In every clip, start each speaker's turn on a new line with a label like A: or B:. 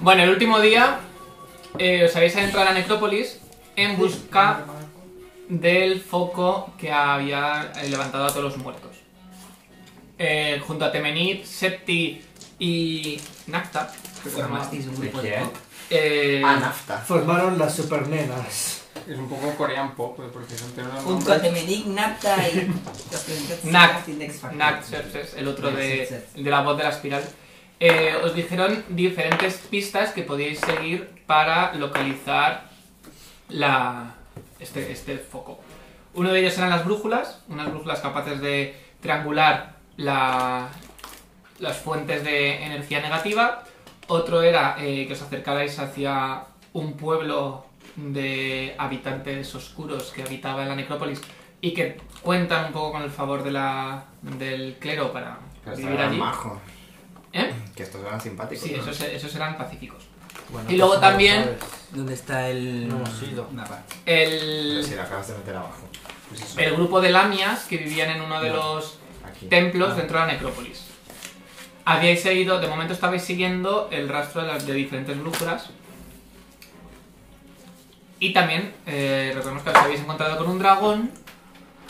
A: Bueno, el último día eh, os habéis adentrado a la necrópolis en busca del foco que había eh, levantado a todos los muertos. Eh, junto a Temenit, Septi y Nacta, que
B: Formasteis un grupo
C: ¿De
B: de
C: quién?
B: pop.
A: eh,
B: Ah, nafta.
D: Formaron las supernenas.
E: Es un poco corean pop, porque son temas
B: Junto a Temenic, Napta y los presentados
A: Nac.
B: de Next Factor.
A: Nack Xerxes, el otro
B: Nack
A: de,
B: Xerxes.
A: de la voz de la espiral, eh, os dijeron diferentes pistas que podíais seguir para localizar la, este, este foco. Uno de ellos eran las brújulas, unas brújulas capaces de triangular la- las fuentes de energía negativa. Otro era eh, que os acercarais hacia un pueblo de habitantes oscuros que habitaba en la necrópolis y que cuentan un poco con el favor de la, del clero para
C: Pero
A: vivir
C: estarán
A: allí.
C: majo.
A: ¿Eh?
C: Que estos eran simpáticos.
A: Sí,
C: ¿no?
A: esos, esos eran pacíficos.
D: Bueno,
A: Y luego
D: pues, no lo
A: también-
D: sabes.
B: ¿Dónde está el
D: No hemos ido.
B: mapa?
C: Pero Si
A: El,
C: la acabas de meter abajo. Pues eso,
A: el grupo de lamias que vivían en uno de los
C: aquí.
D: Ah.
A: templos dentro de la necrópolis. Habíais seguido, de momento estabais siguiendo el rastro de, las, de diferentes brújulas. Y también, eh, recordemos que os habéis encontrado con un dragón.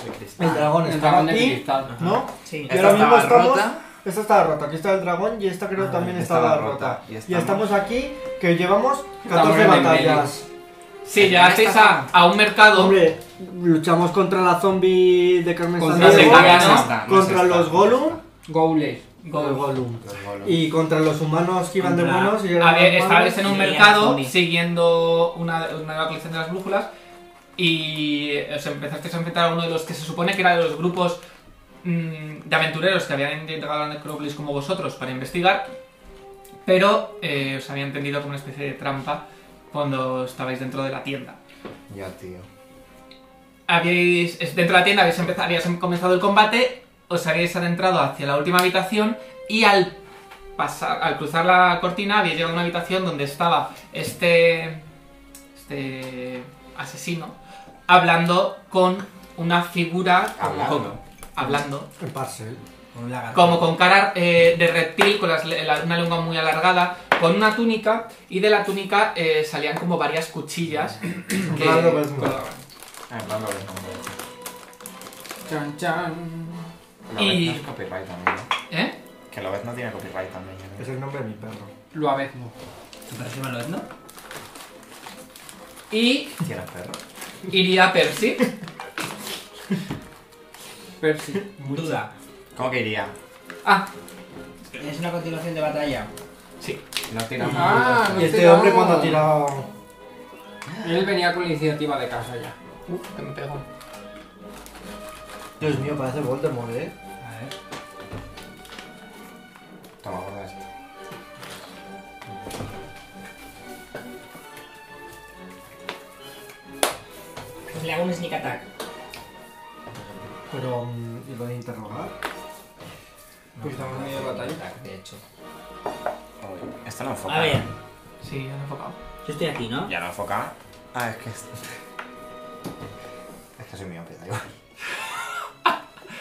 C: De cristal.
D: El dragón
E: Ah, El
D: estaba
E: dragón de
D: aquí,
E: cristal.
D: ¿no?
B: Sí.
D: Y ahora mismo
C: estaba
D: estamos.
C: rota.
D: Esta estaba rota, aquí está el dragón y esta creo también estaba,
C: estaba
D: rota.
C: rota. Y
D: Y
C: estamos-
D: estamos aquí que llevamos
E: Estamos
D: 14
E: en el
D: batallas.
A: Sí, llegasteis a, a un mercado.
D: Hombre, luchamos contra la zombie de Carmen
E: Contra
D: Sandiego,
A: la secta, ¿no?
C: esta, no es
D: contra
C: esta,
D: los
C: no es
D: Gollum,
E: Goules.
D: con el Gollum.
C: Los golos.
D: y contra los humanos que iban de
B: Contra-
D: buenos y eran
A: A ver,
D: malos.
A: estabais en un
B: Sí,
A: mercado
B: Anthony.
A: siguiendo una, una nueva colección de las brújulas y os empezasteis a enfrentar a uno de los que se supone que era de los grupos mm, de aventureros que habían integrado a la Necrópolis como vosotros para investigar, pero eh, os habían tendido como una especie de trampa cuando estabais dentro de la tienda.
C: Ya, tío.
A: Habíais, es- dentro de la tienda habíais, empezado, habíais comenzado el combate, os habíais adentrado hacia la última habitación y al, pasar, al cruzar la cortina habíais llegado a una habitación donde estaba este, este asesino hablando con una figura como-
C: Hablando.
A: hablando,
D: El parcel.
B: Con un lagarto.
A: como con cara eh, de reptil, con las le- la- una lengua muy alargada, con una túnica y de la túnica eh, salían como varias cuchillas. que-
D: Claro, pues, no.
A: colgaban.
C: Ah, en plan lo ves, no, no.
E: Chan chan.
C: Lo
A: Y-
C: ves no es copyright también, ¿no?
A: ¿Eh?
C: Que lo ves no tiene copyright también. ¿eh? ¿no?
D: Es el nombre de mi perro.
E: Lo a veces no.
B: ¿Te parece malo, no?
A: Y
C: ¿Tienes perro?
A: iría Percy.
E: Percy.
B: Duda.
C: ¿Cómo que iría?
A: Ah,
B: Es una continuación de batalla.
A: sí.
C: No tiramos.
E: Ah,
D: Y
E: no
D: este
E: tiraba.
D: hombre cuando ha tirado.
E: Él venía con la iniciativa de casa ya.
A: Uf, que me pegó.
D: Dios mío, parece Voldemort, eh.
B: A ver.
C: Toma, guarda esto.
B: Pues le hago un sneak attack.
D: Pero. mm, ¿Y lo de interrogar?
E: Pues estamos en medio de batalla.
B: Attack, de hecho.
C: Uy, Oh, Esto lo enfoca. ¿eh?
B: A ver.
A: Sí, han enfocado.
B: Yo estoy aquí, ¿no?
C: Ya lo enfoca. Ah, es que. Es, es que soy miope, da igual.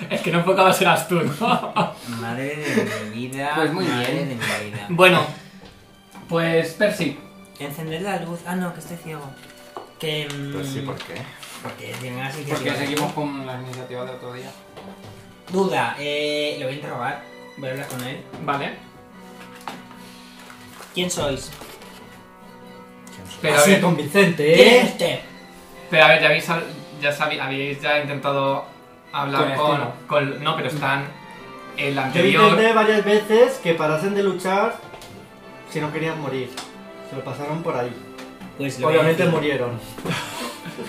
A: Es que no enfocaba serás tú, ¿no?
B: Madre de mi vida.
E: Pues muy
B: madre
E: bien.
B: de mi vida.
A: bueno, pues Percy.
B: Encender la luz. Ah, no, que estoy ciego. Que. mm,
C: Pero sí, ¿por qué?
B: Porque tienen así que.
E: Porque seguimos con las iniciativas de otro día.
B: Duda, eh. Lo voy a interrogar. Voy a hablar con él.
A: Vale.
B: ¿Quién sois?
C: ¿Quién soy?
D: Ah,
A: Pero a ver,
D: convincente,
B: ¿Quién es usted?
A: pero a ver, ya habéis, hab- ya sabi- habéis ya intentado hablar
E: Con
A: con,
E: este
A: con- No, pero están el
D: Yo
A: anterior.
D: intenté varias veces que parasen de luchar si no querían morir. Se lo pasaron por ahí.
B: Pues le voy a
D: Obviamente
B: decir-
D: murieron.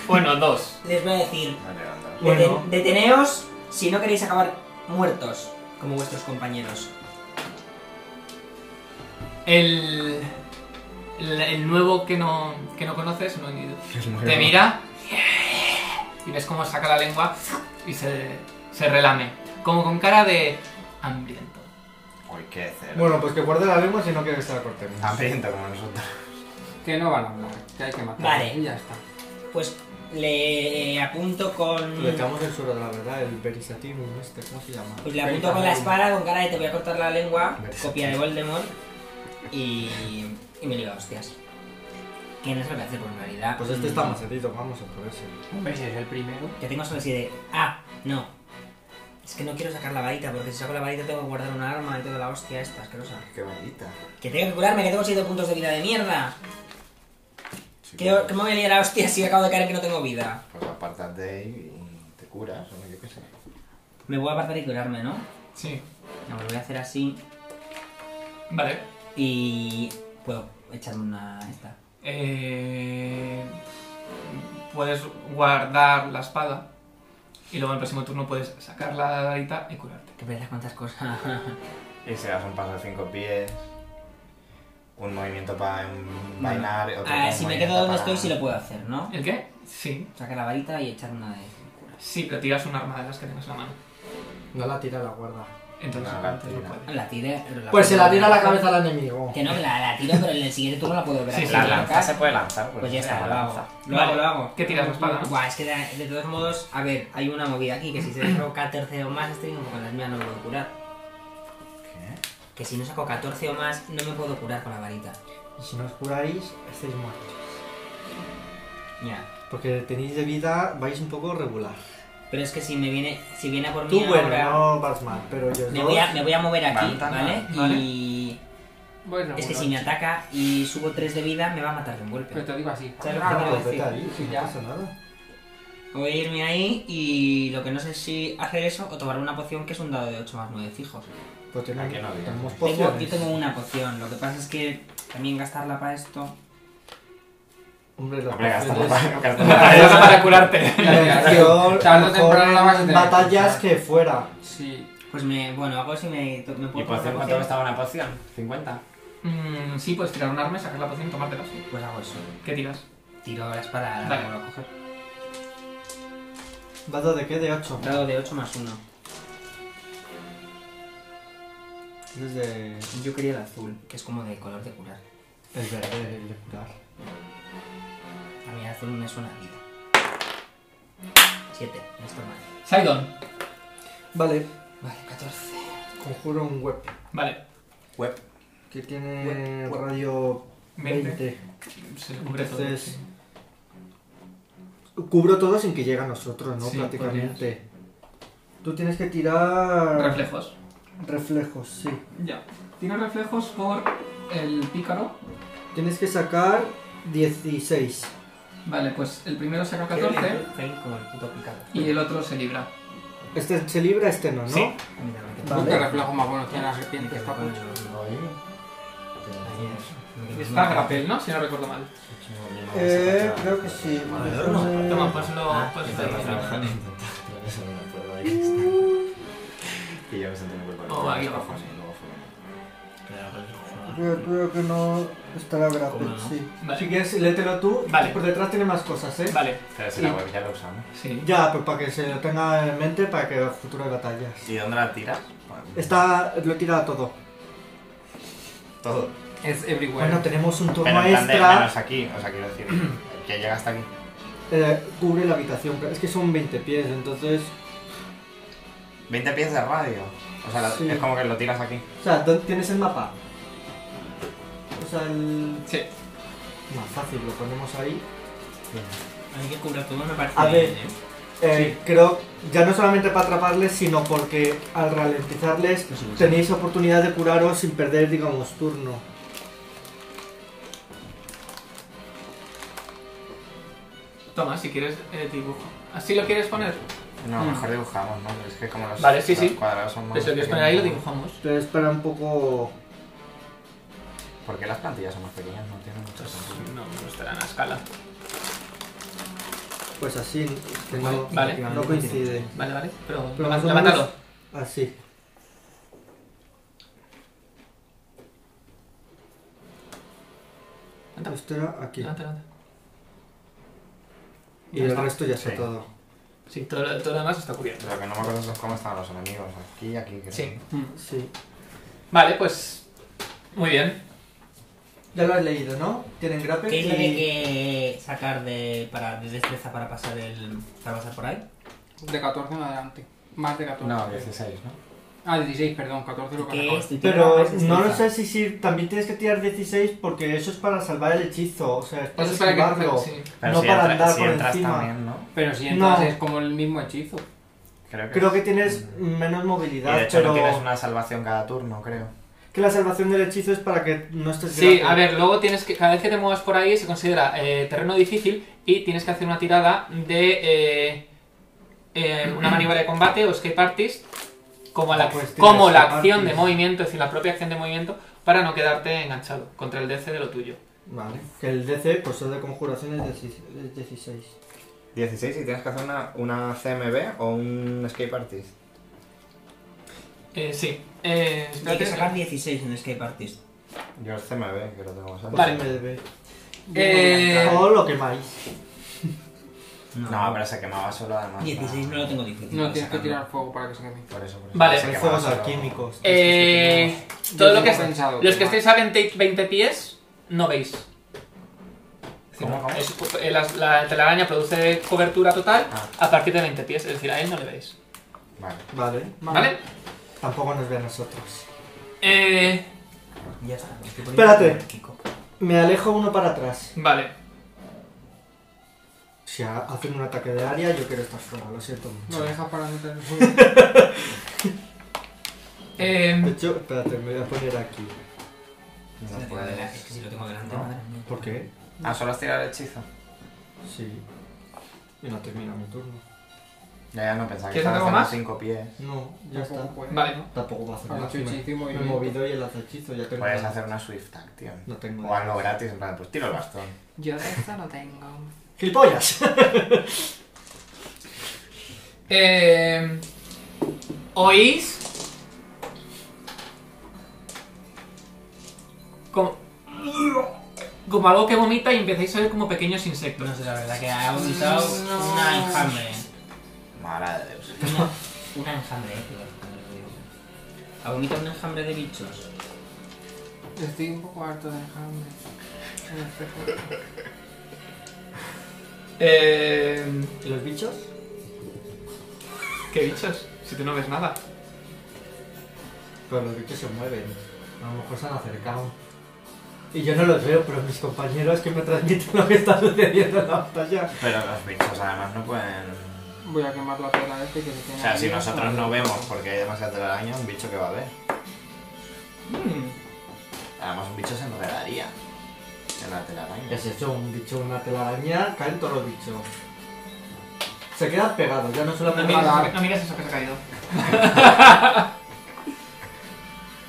A: Bueno, dos.
B: Les voy a decir.
C: Vale, anda.
D: Bueno.
B: deten- deteneos si no queréis acabar muertos. Como vuestros compañeros.
A: El, el, el nuevo que no, que no conoces, no he ido.
C: Es muy
A: Te
C: bueno.
A: mira y ves cómo saca la lengua y se, se relame. Como con cara de hambriento.
C: Uy, qué cero.
D: Bueno, pues que guarde la lengua si no quiere que se la cortemos.
C: Hambriento como nosotros.
E: Que no van a hablar, que hay que matar.
B: Vale.
E: Y ya está.
B: Pues le eh, apunto con.
D: Le echamos el suero de la verdad, el Verisatinum este, ¿cómo se llama?
B: Pues le apunto con la espada con cara de te voy a cortar la lengua. Copia de Voldemort. Y, y me liga hostias. Que no se lo voy a hacer por realidad.
D: Pues este está más herido, vamos a por ese.
E: Hombre, si es el primero.
B: Que tengo solo así de. Ah, no. Es que no quiero sacar la varita, porque si saco la varita tengo que guardar un arma y toda la hostia esta asquerosa.
C: Qué bonita.
B: Que tengo que curarme, que tengo 7 puntos de vida de mierda. Que, que me voy a liar a hostia si acabo de caer que no tengo vida.
C: Pues apártate y te curas, o yo qué sé.
B: Me voy a apartar y curarme, ¿no?
A: Sí.
B: No, me lo voy a hacer así.
A: Vale.
B: Y. Puedo echarme una. esta.
A: Eh, puedes guardar la espada y luego en el próximo turno puedes sacar la varita y curarte.
B: Que pereza cuántas cosas.
C: Y se das un paso de cinco pies, un movimiento para envainar, otro
B: Ah,
C: un
B: si me
C: movimiento
B: quedo donde
C: para-
B: estoy, sí lo puedo hacer, ¿no?
A: ¿El qué? Sí.
B: Sacar la varita y echar una de.
A: Sí, pero tiras un arma de las que tengas en la mano.
D: No la tira, la guarda.
A: Entonces
C: No,
A: antes no
C: tira.
A: puedes.
B: Ah, La tiré.
D: Pues se la tira a la cabeza al enemigo.
B: Que no, que la, la tiro, pero en el siguiente turno la puedo volver a
A: Sí, sí,
B: sacar.
A: la
C: se puede lanzar,
B: Pues ya está, lo hago. Lo
A: Vale.
B: hago, lo hago.
A: ¿Qué tiras la espada? no?
B: Buah, es que de, de todos modos, a ver, hay una movida aquí que si se saco 14 o más, estoy como con las mías no me puedo curar.
C: ¿Qué?
B: Que si no saco 14 o más, no me puedo curar con la varita.
D: Y si no os curáis, estáis muertos.
B: Mira.
D: Porque tenéis de vida, vais un poco regular.
B: Pero es que si me viene, si viene a por mí
D: Tú bueno,
B: ahora,
D: no vas mal, pero yo
B: me, voy a, me voy a mover aquí,
C: Van tan
B: ¿vale?
A: mal. Vale.
B: Y
E: Bueno,
B: es que
E: bueno,
B: si me ataca y subo 3 de vida, me va a matar de un golpe.
E: Pero te digo así.
B: ¿Sabes lo que
E: Ah,
B: te
E: no,
B: voy a
E: sí,
D: vete ahí, si
E: sí,
D: no
E: ya.
D: pasa nada.
B: Voy a irme ahí y lo que no sé es si hacer eso o tomar una poción que es un dado de 8 más 9 fijos.
D: Pues tenemos,
C: Aquí no había.
D: tenemos
C: Tengo-
B: Tengo, yo
D: pociones.
B: tengo una poción, lo que pasa es que también gastarla para esto.
D: Hombre, las
C: Hombre, gasta
D: pociones-
C: la gasta
A: La
C: la-
A: varita para curarte.
D: La elección,
E: Tarde o
D: mejor
E: temprano la vas a
D: en
E: tener que
D: batallas
E: usar.
D: que fuera.
E: Sí.
B: Pues me, bueno, hago si me, to- me
C: ¿Y
B: puedo tomar
C: poción
B: una
C: cuánto
B: poción.
C: costaba una poción? ¿50?
A: Mm, sí, puedes tirar un arma, y sacar la poción y tomártela. sí.
B: Pues hago eso.
A: ¿Qué tiras?
B: Tiro la espada, la
A: Vale.
B: vuelvo a coger.
D: ¿Dado de qué? De 8.
B: Dado de 8 más 1.
D: Desde
B: Yo quería el azul, que es como de color de curar.
D: el verde, el de curar.
B: A mí el azul me suena a vida. 7, no está mal.
A: Sidon.
D: Vale,
B: Vale, 14.
D: conjuro un web
A: Vale.
C: Web.
D: que tiene radio
A: 20.
D: 20.
A: Se le cubre todo.
D: Entonces, cubro todo sin que llegue a nosotros, ¿no?
A: Sí,
D: Prácticamente. Tú tienes que tirar
A: Reflejos.
D: reflejos, sí.
A: Ya. Tiene reflejos por el pícaro.
D: Tienes que sacar 16.
A: Vale, pues el primero saca 14
B: como el puto picado.
A: y el otro se libra.
D: Este se libra, este no, ¿no?
A: Sí.
B: Mira, me quedo-
D: Vale.
E: Puta reflejo más bueno tiene la
B: me
E: serpiente
B: quedo
E: esta pues.
B: con el-
E: puta.
B: Me quedo
A: Está
B: con-
A: grapel, ¿no? Si no recuerdo mal.
D: Eh, creo que sí. Eh,
A: Toma, pues pónselo.
B: Ah,
A: pónselo
B: está
A: ahí.
C: Y yo me senté en el cuerpo.
A: Oh, ahí abajo.
B: Claro, con el-
D: Creo, creo que no estará
B: ¿Cómo
D: grapple,
B: no?
D: sí.
A: Vale.
D: Si quieres, léetelo tú.
A: Vale.
D: Por detrás tiene más cosas, ¿eh?
A: Vale,
C: Pero si la web ya la usamos.
A: sí.
D: Ya, pues para que se lo tenga en mente para que a futuras batallas.
C: ¿Y dónde la tiras?
D: Está, lo he tirado todo.
C: Todo.
E: Es
D: Bueno,
E: everywhere.
D: tenemos un turno
C: Pero en plan de
D: extra.
C: menos aquí. O sea, quiero decir, el que llega hasta aquí.
D: eh, cubre la habitación. pero Es que son 20 pies, entonces.
C: 20 pies de radio. O sea, la-
D: Sí.
C: es como que lo tiras aquí.
D: O sea, ¿dó- ¿tienes el mapa? O sea, el.
A: Sí.
D: Más fácil, lo ponemos ahí.
B: Hay que cubrir todo, me parece.
D: A ver.
B: bien, ¿eh?
D: Eh, Creo, ya no solamente para atraparles, sino porque al ralentizarles
B: Pues sí, sí.
D: tenéis oportunidad de curaros sin perder, digamos, turno.
A: Toma, si quieres, eh, dibujo. ¿Así lo quieres poner?
C: No,
A: Mm.
C: mejor dibujamos, ¿no? Es que como los,
A: Vale, sí,
C: los
A: sí.
C: cuadrados son más.
A: Pues si lo quieres poner ahí, lo dibujamos.
D: Entonces, para un poco.
C: Porque las plantillas son más pequeñas, no tienen mucho
A: Pues
C: sentido.
A: No, no estarán a escala.
D: Pues así, que no,
A: Vale.
D: no coincide.
A: Vale, vale. Pero,
D: Pero más o menos
A: levantalo.
D: Así.
A: Levanta,
D: Esto era aquí.
A: levanta, levanta.
D: Y el resto ya está
C: Sí.
D: todo.
A: Sí, todo lo, todo lo demás está cubierto.
C: Lo que no me acuerdo es cómo estaban los enemigos. Aquí y aquí. creo.
A: Sí.
D: Sí.
A: Vale, pues. Muy bien.
D: Ya lo has leído, ¿no? Tienen grapple
B: ¿Qué es lo que hay
D: y...
B: que sacar de, para, de destreza para pasar el para pasar por ahí?
E: De 14 en adelante. Más de 14.
C: No, 16, ¿no?
E: Ah, 16, perdón, 14 lo que
B: ¿Qué es?
E: mejor.
B: Tu tierra
D: Pero
B: es
D: no lo
B: destreza.
D: sé si, si también tienes que tirar 16 porque eso es para salvar el hechizo, o sea, es para
A: Eso es para que-
D: esquivarlo.
A: sí.
C: Pero
D: No
C: si,
D: para
C: entra-
D: andar
C: si
D: por
C: entras
D: encima.
C: también, ¿no?
E: Pero si entras
D: No. Eh,
E: es como el mismo hechizo.
C: Creo que,
D: Creo que
C: sí.
D: tienes menos
C: pues- Y
D: movilidad,
C: de hecho
D: pero
C: no tienes una salvación cada turno, creo.
D: que la salvación del hechizo es para que no estés
A: Sí,
D: grave.
A: a ver, luego tienes que. Cada vez que te muevas por ahí se considera eh, terreno difícil y tienes que hacer una tirada de. eh, eh, una maniobra de combate o escape artist. Como la,
D: Pues tienes
A: como la
D: escape
A: acción de
D: artist.
A: movimiento, es decir, la propia acción de movimiento, para no quedarte enganchado contra el DC de lo tuyo.
D: Vale, que el DC, pues es de conjuración, es 16.
C: 16 y tienes que hacer una, una CMB o un escape artist.
A: Eh, sí. Eh,
B: Y Hay que
A: espérate.
B: sacar 16 en Escape Artist.
C: Yo es CMB, que lo tengo
D: Pues
C: bastante.
A: Vale.
D: MDB.
A: Eh,
D: O lo quemáis.
C: No, pero se quemaba solo además.
B: 16 no lo tengo difícil.
E: No,
B: para
C: Ah,
E: tienes que
B: sacarlo.
E: tirar fuego para que se queme.
C: Por eso, por eso.
A: Vale.
C: Se
D: Hay
C: quemaba
D: fuegos
C: solo.
D: alquímicos.
A: eh, todo lo
E: Yo
A: que
E: tengo
A: estáis-
E: pensado
A: Los que
E: quemar.
A: estáis a 20, 20 pies, no veis. Es decir,
C: ¿Cómo, cómo?
A: es- eh, la, la telaraña produce cobertura total
C: Ah.
A: a partir de 20 pies, es decir, a él no le veis.
C: Vale.
D: Vale,
A: ¿Vale?
D: Tampoco nos ve a nosotros.
A: Eh,
B: Ya está. estoy poniendo
D: Espérate.
B: jerárquico.
D: Me alejo uno para atrás.
A: vale.
D: Si ha- hacen un ataque de área, yo quiero estar fuera, lo siento mucho.
E: Lo dejas para meter el fuego.
D: De
A: Eh,
D: hecho, espérate, me voy a poner aquí.
B: Lo
C: No
B: tengo delante, Es que
C: puedes.
B: si lo tengo delante,
C: No.
B: madre mía.
D: ¿Por qué?
C: Ah, solo has tirado el hechizo.
D: Sí. Y no termina mi turno.
C: Ya, ya no pensaba que
A: ¿Quieres
C: estabas
A: algo
C: haciendo
A: más?
C: 5 pies.
D: No, ya está.
E: Puede,
A: Vale.
E: ¿no?
D: Tampoco va a hacer
E: Has
D: nada.
E: hecho hechizo y
D: Me he
E: movimiento.
D: movido y el hechizo ya tengo.
C: Puedes hacer una Swift Action.
D: No tengo.
C: O algo gratis, en plan, pues tiro el bastón.
E: Yo de esto no tengo.
D: ¡Gilipollas!
A: eh, ¿Oís? Como, como algo que vomita y empezáis a ver como pequeños insectos.
B: No sé, la verdad que ha vomitado una enjambre.
C: Mala de Dios.
B: Una, una enjambre, eh, cuidado, cuando lo digo. Ha vomitado un enjambre de bichos.
E: Estoy un poco harto de enjambre. En el espejo.
A: Eh,
D: ¿Y los bichos?
A: ¿Qué bichos? Si tú no ves nada.
D: Pero los bichos se mueven. A lo mejor se han acercado. Y yo no los veo, pero mis compañeros que me transmiten lo que está sucediendo en la batalla.
C: Pero los bichos además no pueden.
E: Voy a quemar la tela este que se tiene.
C: O sea,
E: ahí,
C: si
E: ¿no?
C: nosotros no vemos porque hay demasiada telaraña, un bicho que va a ver.
A: Mm.
C: Además, un bicho se enredaría en la telaraña.
D: Es eso, un bicho, una telaraña, caen todos los bichos. Se quedan pegados, ya no
A: No
D: solamente.
A: mires,
E: Ojalá.
A: eso, no mires eso que se ha caído.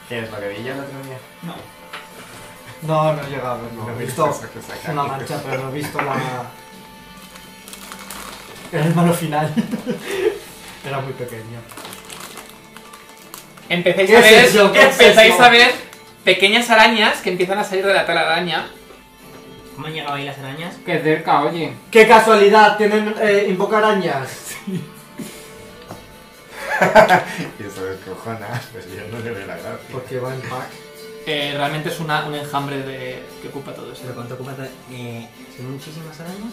C: ¿Qué es lo que vi yo el otro día?
A: No.
D: No, no he llegado a verlo.
C: No
D: He
C: he
D: visto
C: visto que saca.
D: una mancha, pero no he visto la. Era el malo final. Era muy pequeño.
A: Empecéis
D: ¿Qué
A: a
D: es
A: ver,
D: eso? ¿Qué es
A: empezáis
D: eso?
A: a ver pequeñas arañas que empiezan a salir de la telaraña.
B: ¿Cómo han llegado ahí las arañas?
E: Que cerca, oye.
D: ¡Qué casualidad! Tienen eh, invocarañas.
C: Y eso descojona, pues yo no le veo la gracia.
D: Porque va en pack.
A: Eh, realmente es una, un enjambre de, que ocupa todo
B: ¿Pero
A: esto.
B: cuánto ocupa? Eh, ¿Son muchísimas arañas?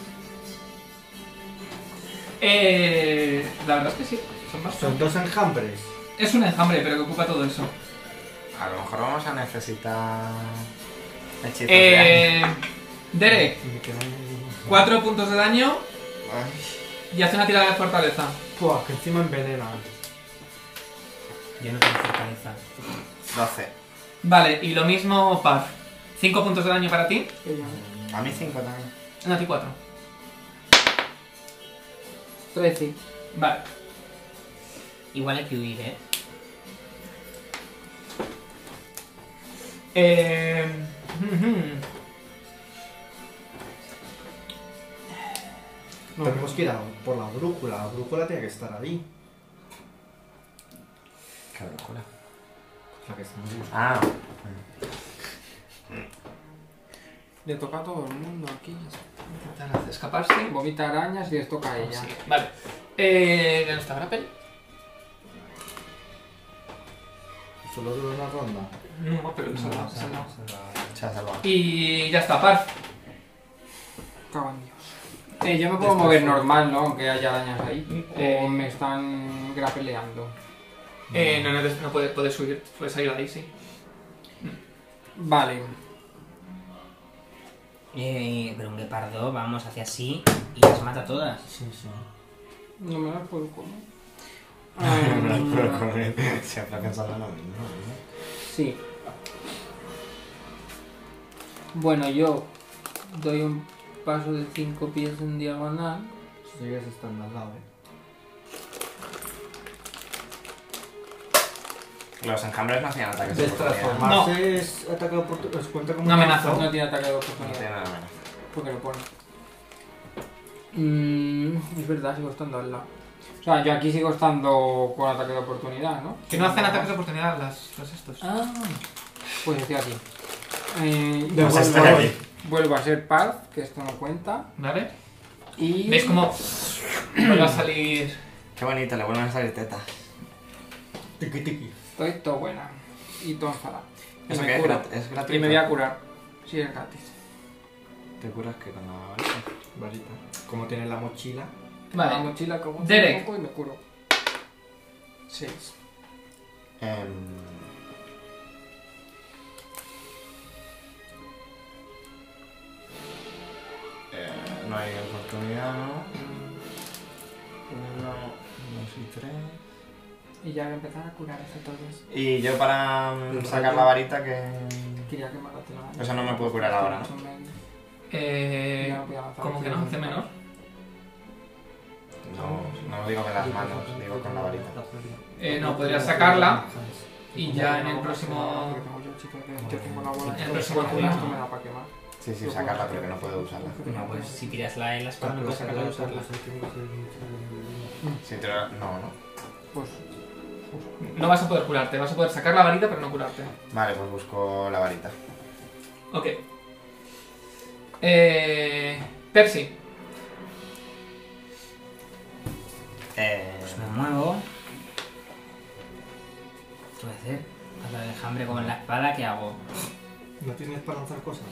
A: Eh, la verdad es que sí, son más.
D: Son dos enjambres.
A: Es un enjambre, pero que ocupa todo eso.
C: A lo mejor vamos a necesitar. hechizos de aire.
A: Eh, Derek,
D: Y me quedan ahí.
A: 4 puntos de daño
C: Ay,
A: y hace una tirada de fortaleza.
D: Buah, que encima envenena.
B: Yo no tengo fortaleza.
C: 12.
A: Vale, y lo mismo par. 5 puntos de daño para ti.
E: Que ya.
C: A mí 5 también.
A: No, a ti 4.
E: 13.
A: Vale.
B: Igual hay que huir, ¿eh?
A: Eh, ujú.
D: Tenemos que ir a- por la brújula. La brújula tiene que estar ahí.
C: Qué brújula.
D: La que está muy bien.
C: Ah,
E: Le toca a todo el mundo aquí.
A: Intentar escaparse.
E: Vomita arañas y les toca a ella.
A: Sí, Vale. Eh, ¿Dónde está Grappel?
D: Solo dura una ronda.
A: No, pero no,
B: No,
A: no,
B: o sea, no, o sea,
C: se ha salvado.
A: Y ya está, par.
E: Cago en Dios. Eh, yo me
D: Mm.
E: puedo mover normal, ¿no? Aunque haya arañas ahí.
A: Eh,
E: O me están grapeleando.
B: Mm.
A: Eh, no, no, no puedes, puedes subir, puedes salir de ahí, sí.
E: Vale.
B: Eh, pero un guepardo, vamos hacia así y las mata todas.
D: Sí, sí.
E: No me las puedo comer.
C: Las puedo
E: Ah,
C: comer. Siempre pensando lo mismo. ¿no?
E: sí. Bueno, yo doy un paso de 5 pies en diagonal.
D: Si sigues estando al lado, eh.
C: Los enjambres no hacían ataques de oportunidad.
D: Destransformarse es ataque oportuno. ¿Os cuenta como
A: Una amenaza,
E: No tiene ataque de
C: No
E: oportunidad.
C: hacían nada menos.
E: Porque lo pone. Mm, es verdad, sigo estando al lado. O sea, yo aquí sigo estando con ataque de oportunidad, ¿no?
A: Que no hacen ataques de oportunidad las, los estos.
E: Ah, pues estoy aquí. Eh,
D: De
C: Pues
D: vuelta.
C: estoy aquí.
E: vuelvo a ser Path, que esto no cuenta.
A: ¿Vale?
E: Y.
A: ¿Veis cómo vuelve a salir?
C: Qué bonito, le vuelven a salir teta.
D: Tiki tiki.
E: Estoy todo buena. Y todo enfadada. Y
C: ¿Eso
E: me
C: qué es?
E: curo.
C: Grat- ¿Es gratuito?
E: Y me voy a curar. Sí, es gratis.
C: ¿Te curas que con la varita?
D: Varita. Como tiene la mochila.
E: La
B: Ah.
A: Vale.
E: mochila como un
A: Derek.
E: poco y me curo. 6.
C: Em, eh, no hay oportunidad, ¿no? Uno, dos y tres.
E: Y ya voy a empezar a curar hasta todos.
C: Y yo para mm, sacar la varita que...
E: Quería que me la tiraran.
C: Eso no me puedo curar ahora, ¿no?
A: Eh, ¿Cómo que no? ¿Hace menor?
C: No, no digo con las manos, digo con la varita.
A: Eh, no, podrías sacarla y ya en el próximo...
E: En
A: En el próximo turno.
E: Esto me da para quemar.
C: Sí, sí, sacarla, pero que no puedo usarla.
B: No, pues si tiras la en las espadas no puedes sacarla de usarla.
C: Si te lo- No, no.
E: Pues.
A: No vas a poder curarte, vas a poder sacar la varita pero no curarte.
C: Vale, pues busco la varita.
A: Ok. Eh, Percy.
C: Eh,
B: Pues me muevo. ¿Qué voy a hacer? Hasta el enjambre con la espada, ¿qué hago?
D: ¿No tienes para lanzar cosas?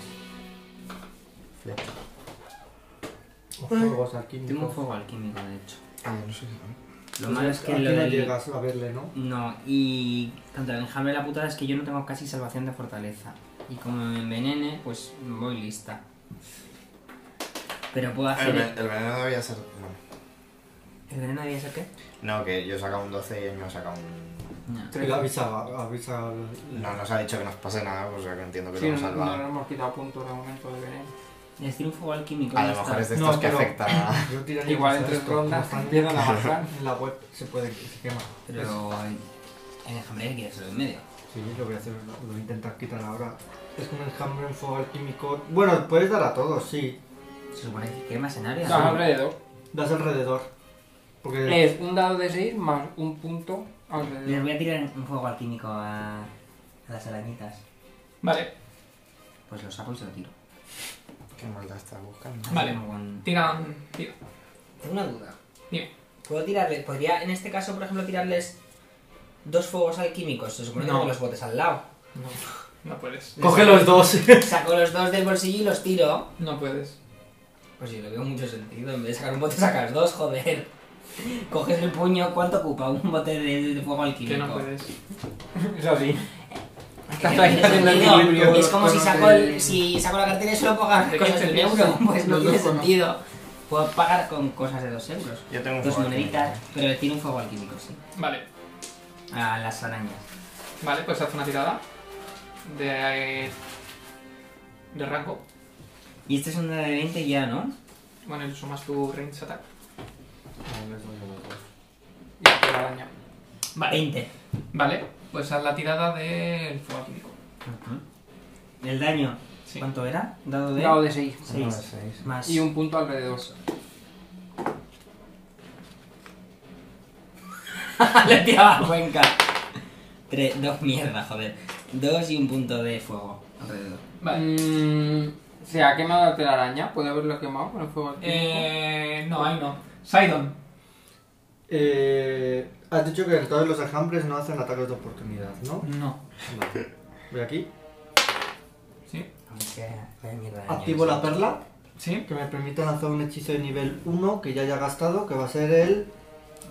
C: Flecha.
D: O fuegos alquímicos.
B: Tengo un fuego alquímico, de hecho.
C: ah, no sé.
B: Lo malo es que
D: Pues Aquí
B: lo
D: no
B: del-
D: llegas a verle, ¿no?
B: No, y contra el enjambre la putada es que yo no tengo casi salvación de fortaleza. Y como me envenene, pues voy lista. Pero puedo
C: El,
B: hacer...
C: ve- el veneno debía ser... bueno.
B: ¿El veneno debía ser qué?
C: No, que yo saca un 12 y él me saca un...
B: No.
D: Él avisaba, avisa al...
C: No, nos ha dicho que nos pase nada, o sea que entiendo que
E: Sí,
C: lo
E: no,
C: hemos
E: no
C: salvado.
E: nos hemos quitado puntos de momento de veneno.
B: Decir un fuego alquímico.
C: A
B: ya
C: lo
B: está.
C: mejor es de
D: No,
C: estos que
D: pero-
C: afecta a...
D: Yo tiraría
E: Igual en
D: quizá
E: tres
D: esto,
E: rondas
D: como están-
E: empiezan a bajar.
D: En la web se puede se quema.
B: Pero el enjambre hay que quitárselo de en medio.
D: Sí, lo voy a hacer, lo voy a intentar quitar ahora. Es como el enjambre en fuego alquímico. Bueno, puedes dar a todos, sí.
B: Se supone que quemas en área.
E: Estás alrededor.
D: Das alrededor. Porque
E: Es un dado de 6 más un punto
B: Les
E: alrededor.
B: voy a tirar un fuego alquímico a, a las arañitas.
A: Vale.
B: Pues lo saco y se lo tiro.
C: Qué maldad está buscando.
A: Vale.
B: Así como con-
A: Tira, un- tira.
B: Tengo una duda.
A: Dime.
B: ¿Puedo tirarles? ¿Podría en este caso, por ejemplo, tirarles dos fuegos alquímicos? Se supone que
A: No.
B: tengo los botes al lado.
A: No, no puedes.
D: coge los dos.
B: Saco los dos del bolsillo y los tiro.
A: No puedes.
B: Pues sí, le veo mucho sentido. En vez de sacar un bote, sacas dos, joder. Coges el puño, ¿cuánto ocupa? Un bote de, de fuego alquímico.
A: Que no puedes.
E: Es así.
B: Que
E: Estás
B: no
E: ahí
B: tiene
E: haciendo el
B: sentido.
E: equilibrio
B: Es como si
E: con
B: saco,
E: el-
B: el- si saco la cartera y solo puedo pagar
A: ¿De
B: cosas de
A: quién
B: un
A: tenías?
B: euro. Pues no
E: Los
B: tiene
E: dos con-
B: sentido. Puedo pagar con cosas de dos euros.
C: Yo tengo un
B: Dos
C: fuego
B: moneditas,
C: alquímico.
B: pero le tiro un fuego alquímico, sí.
A: Vale.
B: A las arañas.
A: Vale, pues haz una tirada. De... De rango.
B: Y este es un dado de 20 ya, ¿no?
A: Bueno, y sumas tu range attack.
E: Y te la daña.
A: Vale.
B: 20.
A: Vale, pues haz la tirada del fuego alquímico.
B: Ujú. El daño,
A: Sí.
B: ¿cuánto era? Dado de
E: Dado de 6.
C: Uno de
B: 6.
C: seis.
B: Más.
E: Y un punto alrededor.
B: Ah, Le tiraba la cuenca. Tres, dos mierda, joder. Dos y un punto de fuego alrededor.
A: Vale.
E: Mm, ¿Se ha quemado la telaraña? ¿Puede haberlo quemado con el fuego alquímico?
A: Eh, no, ahí no. Sidon.
D: Eh, has dicho que todos los enjambres no hacen ataques de oportunidad, ¿no?
A: No.
D: Vale. Voy aquí.
A: ¿Sí?
B: Aunque vaya mierda de daño,
D: Activo
B: sí.
D: la perla,
A: ¿Sí?
D: que me permite lanzar un hechizo de nivel 1 que ya haya gastado, que va a ser el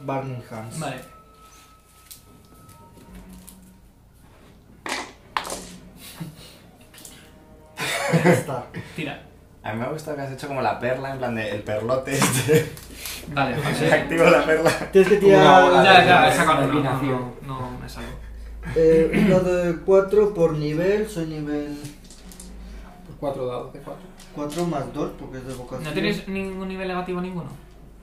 D: Burning Hands.
A: Vale.
D: Ya está.
A: Tira.
C: A mí me ha gustado que has hecho como la perla, en plan de el perlote este.
A: Vale,
C: Se
A: José.
C: activo la perla.
D: Tienes que
B: Una
D: tirar
B: bola.
A: Ya, ya, he sacado uno, no, no,
B: Combinación.
A: no me salgo.
D: eh, un dado de 4 por nivel. Soy nivel
E: Pues cuatro dados de cuatro.
D: 4 más 2 porque es de vocación.
A: ¿No tenéis ningún nivel negativo ninguno?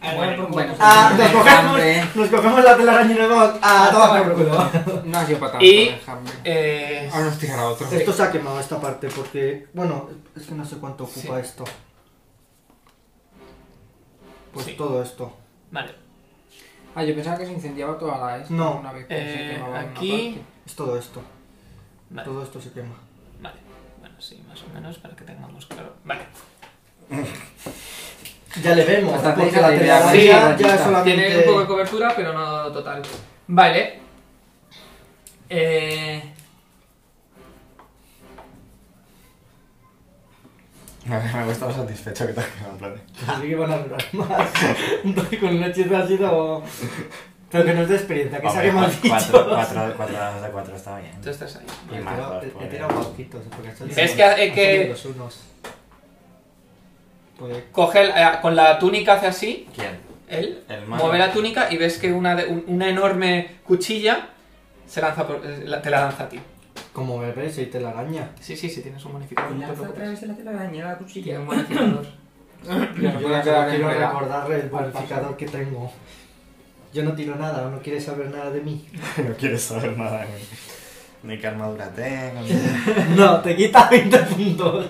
B: Ahora,
A: Bueno,
B: por-
E: bueno.
D: Ah, nos
E: Hambre.
D: cogemos, nos cogemos la telaraña y nos vamos
A: Ah,
D: a tomar por culo.
E: No ha sido para tanto, Ah,
A: Y-
E: dejadme.
A: eh,
E: Ahora nos tirará otro.
D: Esto se ha quemado esta parte porque, bueno, es que no sé cuánto ocupa esto. Pues
A: Sí.
D: todo esto.
A: Vale,
E: Ah, yo pensaba que se incendiaba toda la esta
D: No.
E: una vez que se
A: Eh,
E: quemaba una
A: aquí...
E: parte.
D: Es todo esto.
A: Vale,
D: Todo esto se quema.
A: vale. Bueno, sí, más o menos, para que tengamos claro. Vale.
D: Ya le vemos.
E: Hasta
D: porque
E: tenéis
D: la
E: la idea,
D: telaraña
E: sí,
D: ya
E: rayita.
A: Tiene
D: solamente...
A: un poco de cobertura, pero no total. Vale. Eh,
C: A ver, me ha gustado satisfecho que te has quedado en plan. de-
D: Así que van a durar más. Entonces, Con un hechizo así como... Pero que no es de experiencia, que
C: Hombre,
D: saquemos
C: cua-
D: bichos.
C: cuatro, cuatro, cuatro dados de cuatro está bien.
A: tú estás ahí.
D: He
C: Y más
D: tirado-
C: dos,
D: he-
C: por
D: he
C: el-
D: tirado bajitos, porque son-
A: Es que- es que-
D: son los unos. Pues-
A: Coge el- eh, con la túnica hace así,
C: ¿Quién?
A: él
C: El mago.
A: mueve la túnica y ves que una, de- un- una enorme cuchilla se lanza por- eh, la- te la lanza a ti.
D: Como bebé, soy telaraña.
A: Sí, sí, sí, tienes un bonificador. no te
B: Lanza a
A: preocupes.
B: través de la telaraña la
A: Tiene
B: cuchilla.
A: un bonificador.
E: Ya
D: Yo
E: no
D: solo
E: puede quedar
D: quiero
E: en verá.
D: recordarle el
E: Al paso.
D: bonificador que tengo. Yo no tiro nada, no quiere saber nada de mí.
C: No quieres saber nada de mí. Ni qué armadura tengo. ni-
D: No, te quita 20 puntos.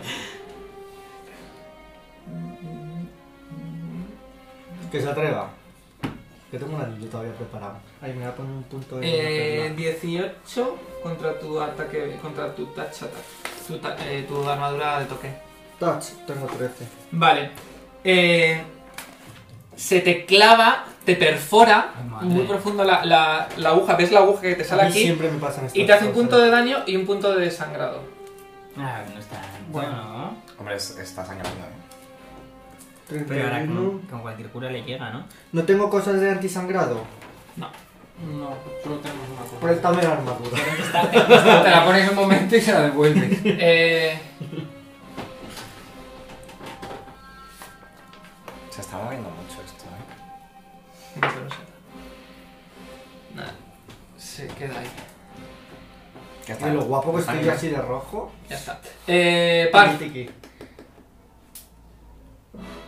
D: Que se atreva. Que tengo un anillo todavía preparado. Ay, me voy a poner un punto de.
A: Eh, 18 contra tu ataque, contra tu touch attack, tu, ta- eh, tu armadura de toque.
D: Touch, tengo 13.
A: Vale. Eh, se te clava, te perfora
B: Madre.
A: muy profundo la, la- la aguja. ¿Ves la aguja que te sale
D: A mí
A: aquí?
D: siempre me pasan estas
A: Y te hace un
D: cosas.
A: punto de daño y un punto de sangrado.
B: Ah, no está.
E: Bueno.
B: Bueno.
C: Hombre, es- está sangrando. ¿eh?
B: Pero ahora
D: 31.
B: con, con cualquier cura le llega, ¿no?
D: No tengo cosas de antisangrado.
E: No, solo tenemos una cosa.
D: Préstame la armadura.
E: Te la pones un momento y se la devuelves.
A: Eh,
C: Se está moviendo mucho esto, ¿eh?
A: no sé, no sé. Nada. Se queda ahí.
C: ¿Qué está-
D: Y lo guapo que
C: está
D: estoy
C: bien?
D: así de rojo.
A: Ya está. Eh, Parf.
D: Tiki.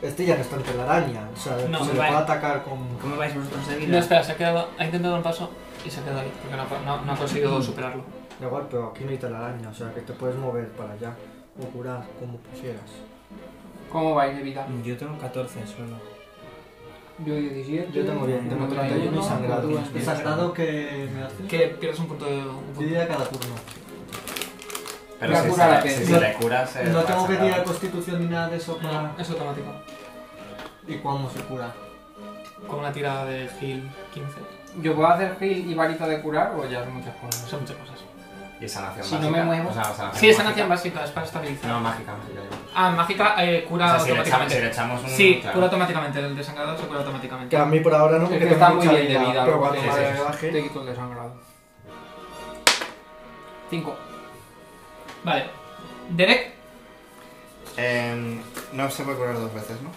D: Este ya no está en telaraña. O sea,
A: No,
D: se le
B: vale.
D: puede atacar con.
B: ¿Cómo vais vosotros de vida?
A: No, espera, se ha quedado. Ha intentado un paso y se ha quedado ahí. Porque no, ha- no- no ha
E: Mm.
A: conseguido superarlo.
D: Da Igual, pero aquí no hay telaraña. O sea, que te puedes mover para allá. O curar, como pusieras.
E: ¿Cómo vais de vida?
B: Yo tengo 14 solo.
E: Yo 17.
D: Yo tengo bien, tengo
E: no traigo
D: 31 y
E: uno,
D: sangrado.
E: tú has
D: ¿El
E: dicho.
D: sangrado que me hace?
A: Que pierdes un punto de. Un punto.
D: Diría cada turno.
C: Pero
E: La
C: si,
E: cura
C: se,
E: la
C: le- si
E: pena.
C: se le cura,
E: Eh,
C: se.
D: No tengo que tirar
C: cosas.
D: constitución ni nada de eso para.
A: No, es automático.
D: ¿Y cuándo se cura?
A: Con una tirada de heal 15.
E: ¿Yo puedo hacer heal y varita de curar o ya son muchas cosas?
A: Son muchas cosas.
C: Y sanación
E: Si no
C: básica.
E: me muevo-
C: O sea, sanación
A: Sí, es
C: Ah, mágica.
A: sanación básica, es para estabilizar.
C: No, mágica, mágica. digo.
A: Ah, mágica eh,
C: O
A: cura
C: sea, si le echamos, si
A: automáticamente.
C: le echamos un.
A: Sí,
C: claro.
A: cura automáticamente, el desangrado se cura automáticamente.
D: Que a mí por ahora no,
E: Es
D: porque
E: que
D: tengo
E: está muy
D: mucha
E: bien de vida.
D: Pero
E: lo
D: cuando
E: que
D: me
E: tienes.
D: rebaje-
E: Te quito el desangrado. 5.
A: Vale. Derek,
C: Eh, no se puede curar dos veces, ¿no?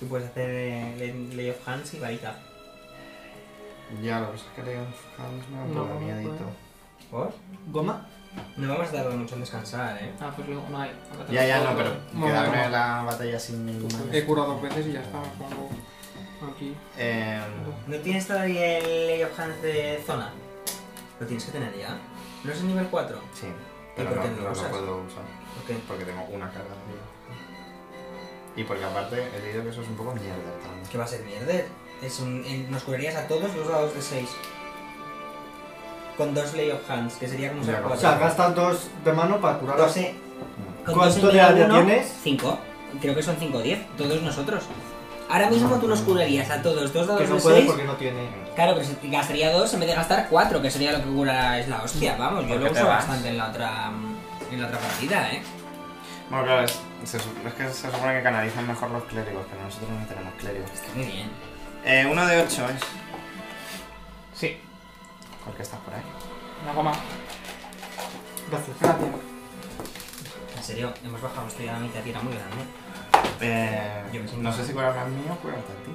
B: Y puedes hacer eh, Lay Lay of Hands y varita.
C: Ya, lo que pasa es que le me da
E: un poco No, no miedito.
B: ¿Por?
D: ¿Goma?
B: No vamos a tardar mucho en descansar, ¿eh?
A: ah, pues luego no hay.
C: Ya, ya, no, pero
E: Momento.
C: quedarme en la batalla sin ninguna.
E: He curado dos veces y ya está. me Pongo aquí.
C: Eh,
B: ¿No tienes todavía el Lay of Hands de zona? Lo tienes que tener ya. ¿No es el nivel 4?
C: sí, pero
B: por
C: no,
B: qué no
C: no
B: lo
C: lo
B: usas?
C: puedo usar
B: ¿Por qué?
C: porque tengo una carga de vida. Y porque aparte he leído que eso es un poco mierda también.
B: ¿Qué va a ser mierda? Es un- en- nos curarías a todos los dados de 6. Con dos Lay of Hands, que sería como
C: Ya,
B: ser
C: no.
D: O
B: 4.
D: sea, gastas dos de mano para curar a
B: 12. Con
D: ¿Cuánto
B: dos en
D: de área
B: cada uno,
D: tienes?
B: Cinco. Creo que son cinco o diez, todos nosotros. Ahora mismo tú nos curarías a todos dos dados
D: Ah. Que no
B: de
D: puede
B: seis.
D: porque no tiene.
B: Claro, pero se- gastaría dos en vez de gastar cuatro, que sería lo que cura es la hostia. Vamos, yo
C: ¿Por
B: lo
C: qué te
B: uso
C: vas?
B: bastante en la otra en la otra partida, ¿eh?
C: Bueno, claro, es, se su- es que se supone que canalizan mejor los clérigos, pero nosotros no tenemos clérigos.
B: Está muy bien.
C: Eh, uno de ocho es.
A: Sí,
C: ¿Por qué estás por ahí?
E: Una goma.
D: Gracias.
B: En serio, hemos bajado esto ya a la mitad tira muy grande. Yo
C: Eh,
B: me siento
C: no sé
B: mal.
C: si curarme al mío o curarte a ti.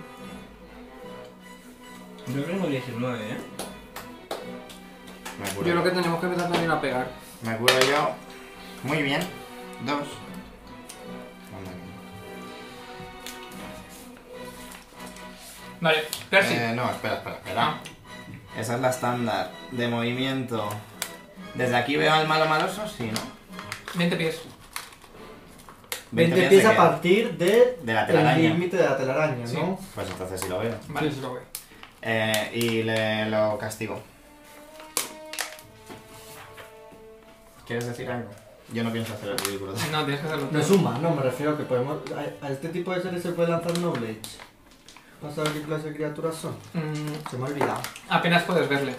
B: Yo creo que tengo 19, ¿eh?
C: Me
E: Yo
C: curo
E: creo que tenemos que empezar también a pegar.
C: Me curo yo. Muy bien. Dos. Anda, bien.
A: vale, Percy.
C: Eh, no, espera, espera, espera. Esa es la estándar de movimiento. ¿Desde aquí veo al malo maloso? Sí, ¿no?
A: 20 pies.
D: 20
C: pies
D: pies
C: de
D: a
C: qué?
D: partir de
C: De la
D: el
C: telaraña.
D: límite de la telaraña,
A: Sí.
D: ¿no?
C: Pues entonces sí lo veo.
A: Vale.
E: Sí, sí, lo veo.
C: Eh, y le lo castigo. ¿Quieres decir algo? Yo no pienso hacer el ridículo.
A: No, tienes que hacerlo.
D: No es
A: tú.
D: humano, me refiero que podemos. A, a este tipo de seres se puede lanzar Knowledge. Para saber qué clase de criaturas son.
A: Mm,
D: Se me ha olvidado.
A: apenas puedes verle.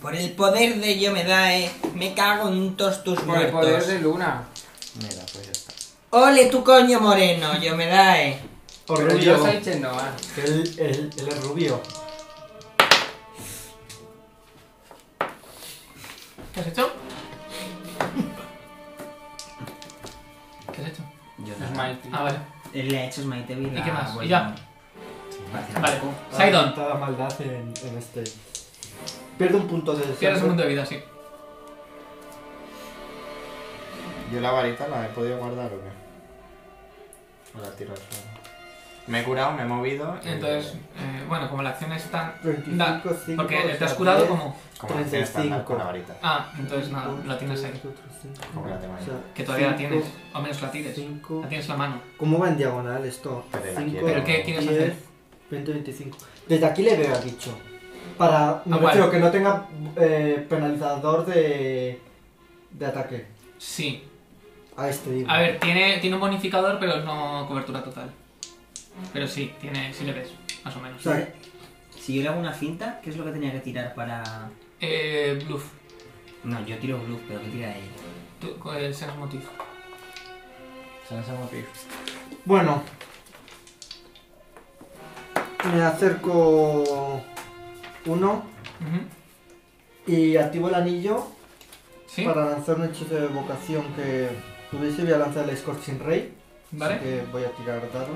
B: Por el poder de Yomedae, me cago en todos tus
E: Por el poder
B: muertos.
E: de Luna.
C: Mira, pues ya está.
B: Ole tu coño moreno, Yomedae.
D: O
E: Pero
D: rubio.
E: yo soy Chenoa.
D: que Él, él- él es rubio.
A: ¿Qué has hecho? ¿Qué has hecho?
C: Yo
E: Es Mighty.
A: Ah, vale.
B: Le ha hecho Smite Evil
A: ¿Y
B: a-
A: qué más?
B: bueno,
A: ¿Y ya?
B: parece
A: Vale.
B: poco.
A: Sidon,
D: Toda Ah, maldad en, en este. Pierde un punto de.
A: pierdes un punto de vida, sí.
C: Yo la varita la he podido guardar o qué? O la tiro al suelo. Me he curado, me he movido. y-
A: Entonces, eh, bueno, como la acción es tan...
D: 25,
A: Da,
D: 5,
A: Porque
D: o
A: te has
D: sea,
A: curado
D: 10,
A: como...
C: Como la acción estándar
D: 35.
C: con la varita.
A: Ah, entonces nada, la tienes ahí.
C: Como la tengo ahí.
A: Que todavía la tienes. O menos la tires. La tienes en la mano.
D: ¿Cómo va en diagonal esto?
C: Pero la
D: Cinco,
C: quiero- ¿Pero
A: qué quieres
D: 10,
A: hacer?
D: 20, 25. Desde aquí le veo, ha dicho. Para. Me
A: Ah, vale.
D: refiero que no tenga eh, penalizador de. de ataque.
A: Sí.
D: A este digo.
A: A ver, tiene, tiene un bonificador, pero no cobertura total. Pero sí, tiene, sí le ves, más o
D: O
A: menos.
D: sea,
B: Si yo le hago una cinta, ¿qué es lo que tenía que tirar para...?
A: Eh, bluff.
B: No, yo tiro bluff, pero ¿qué tira ella?
A: Tú, con el sense motif.
C: Son ese motivo.
D: Bueno. Me acerco. Uno.
A: Ujú.
D: Y activo el anillo
A: Sí,
D: para lanzar un hechizo de vocación que tuviese. Voy a lanzar el Scorching Ray. Así
A: vale.
D: que voy a tirar dados.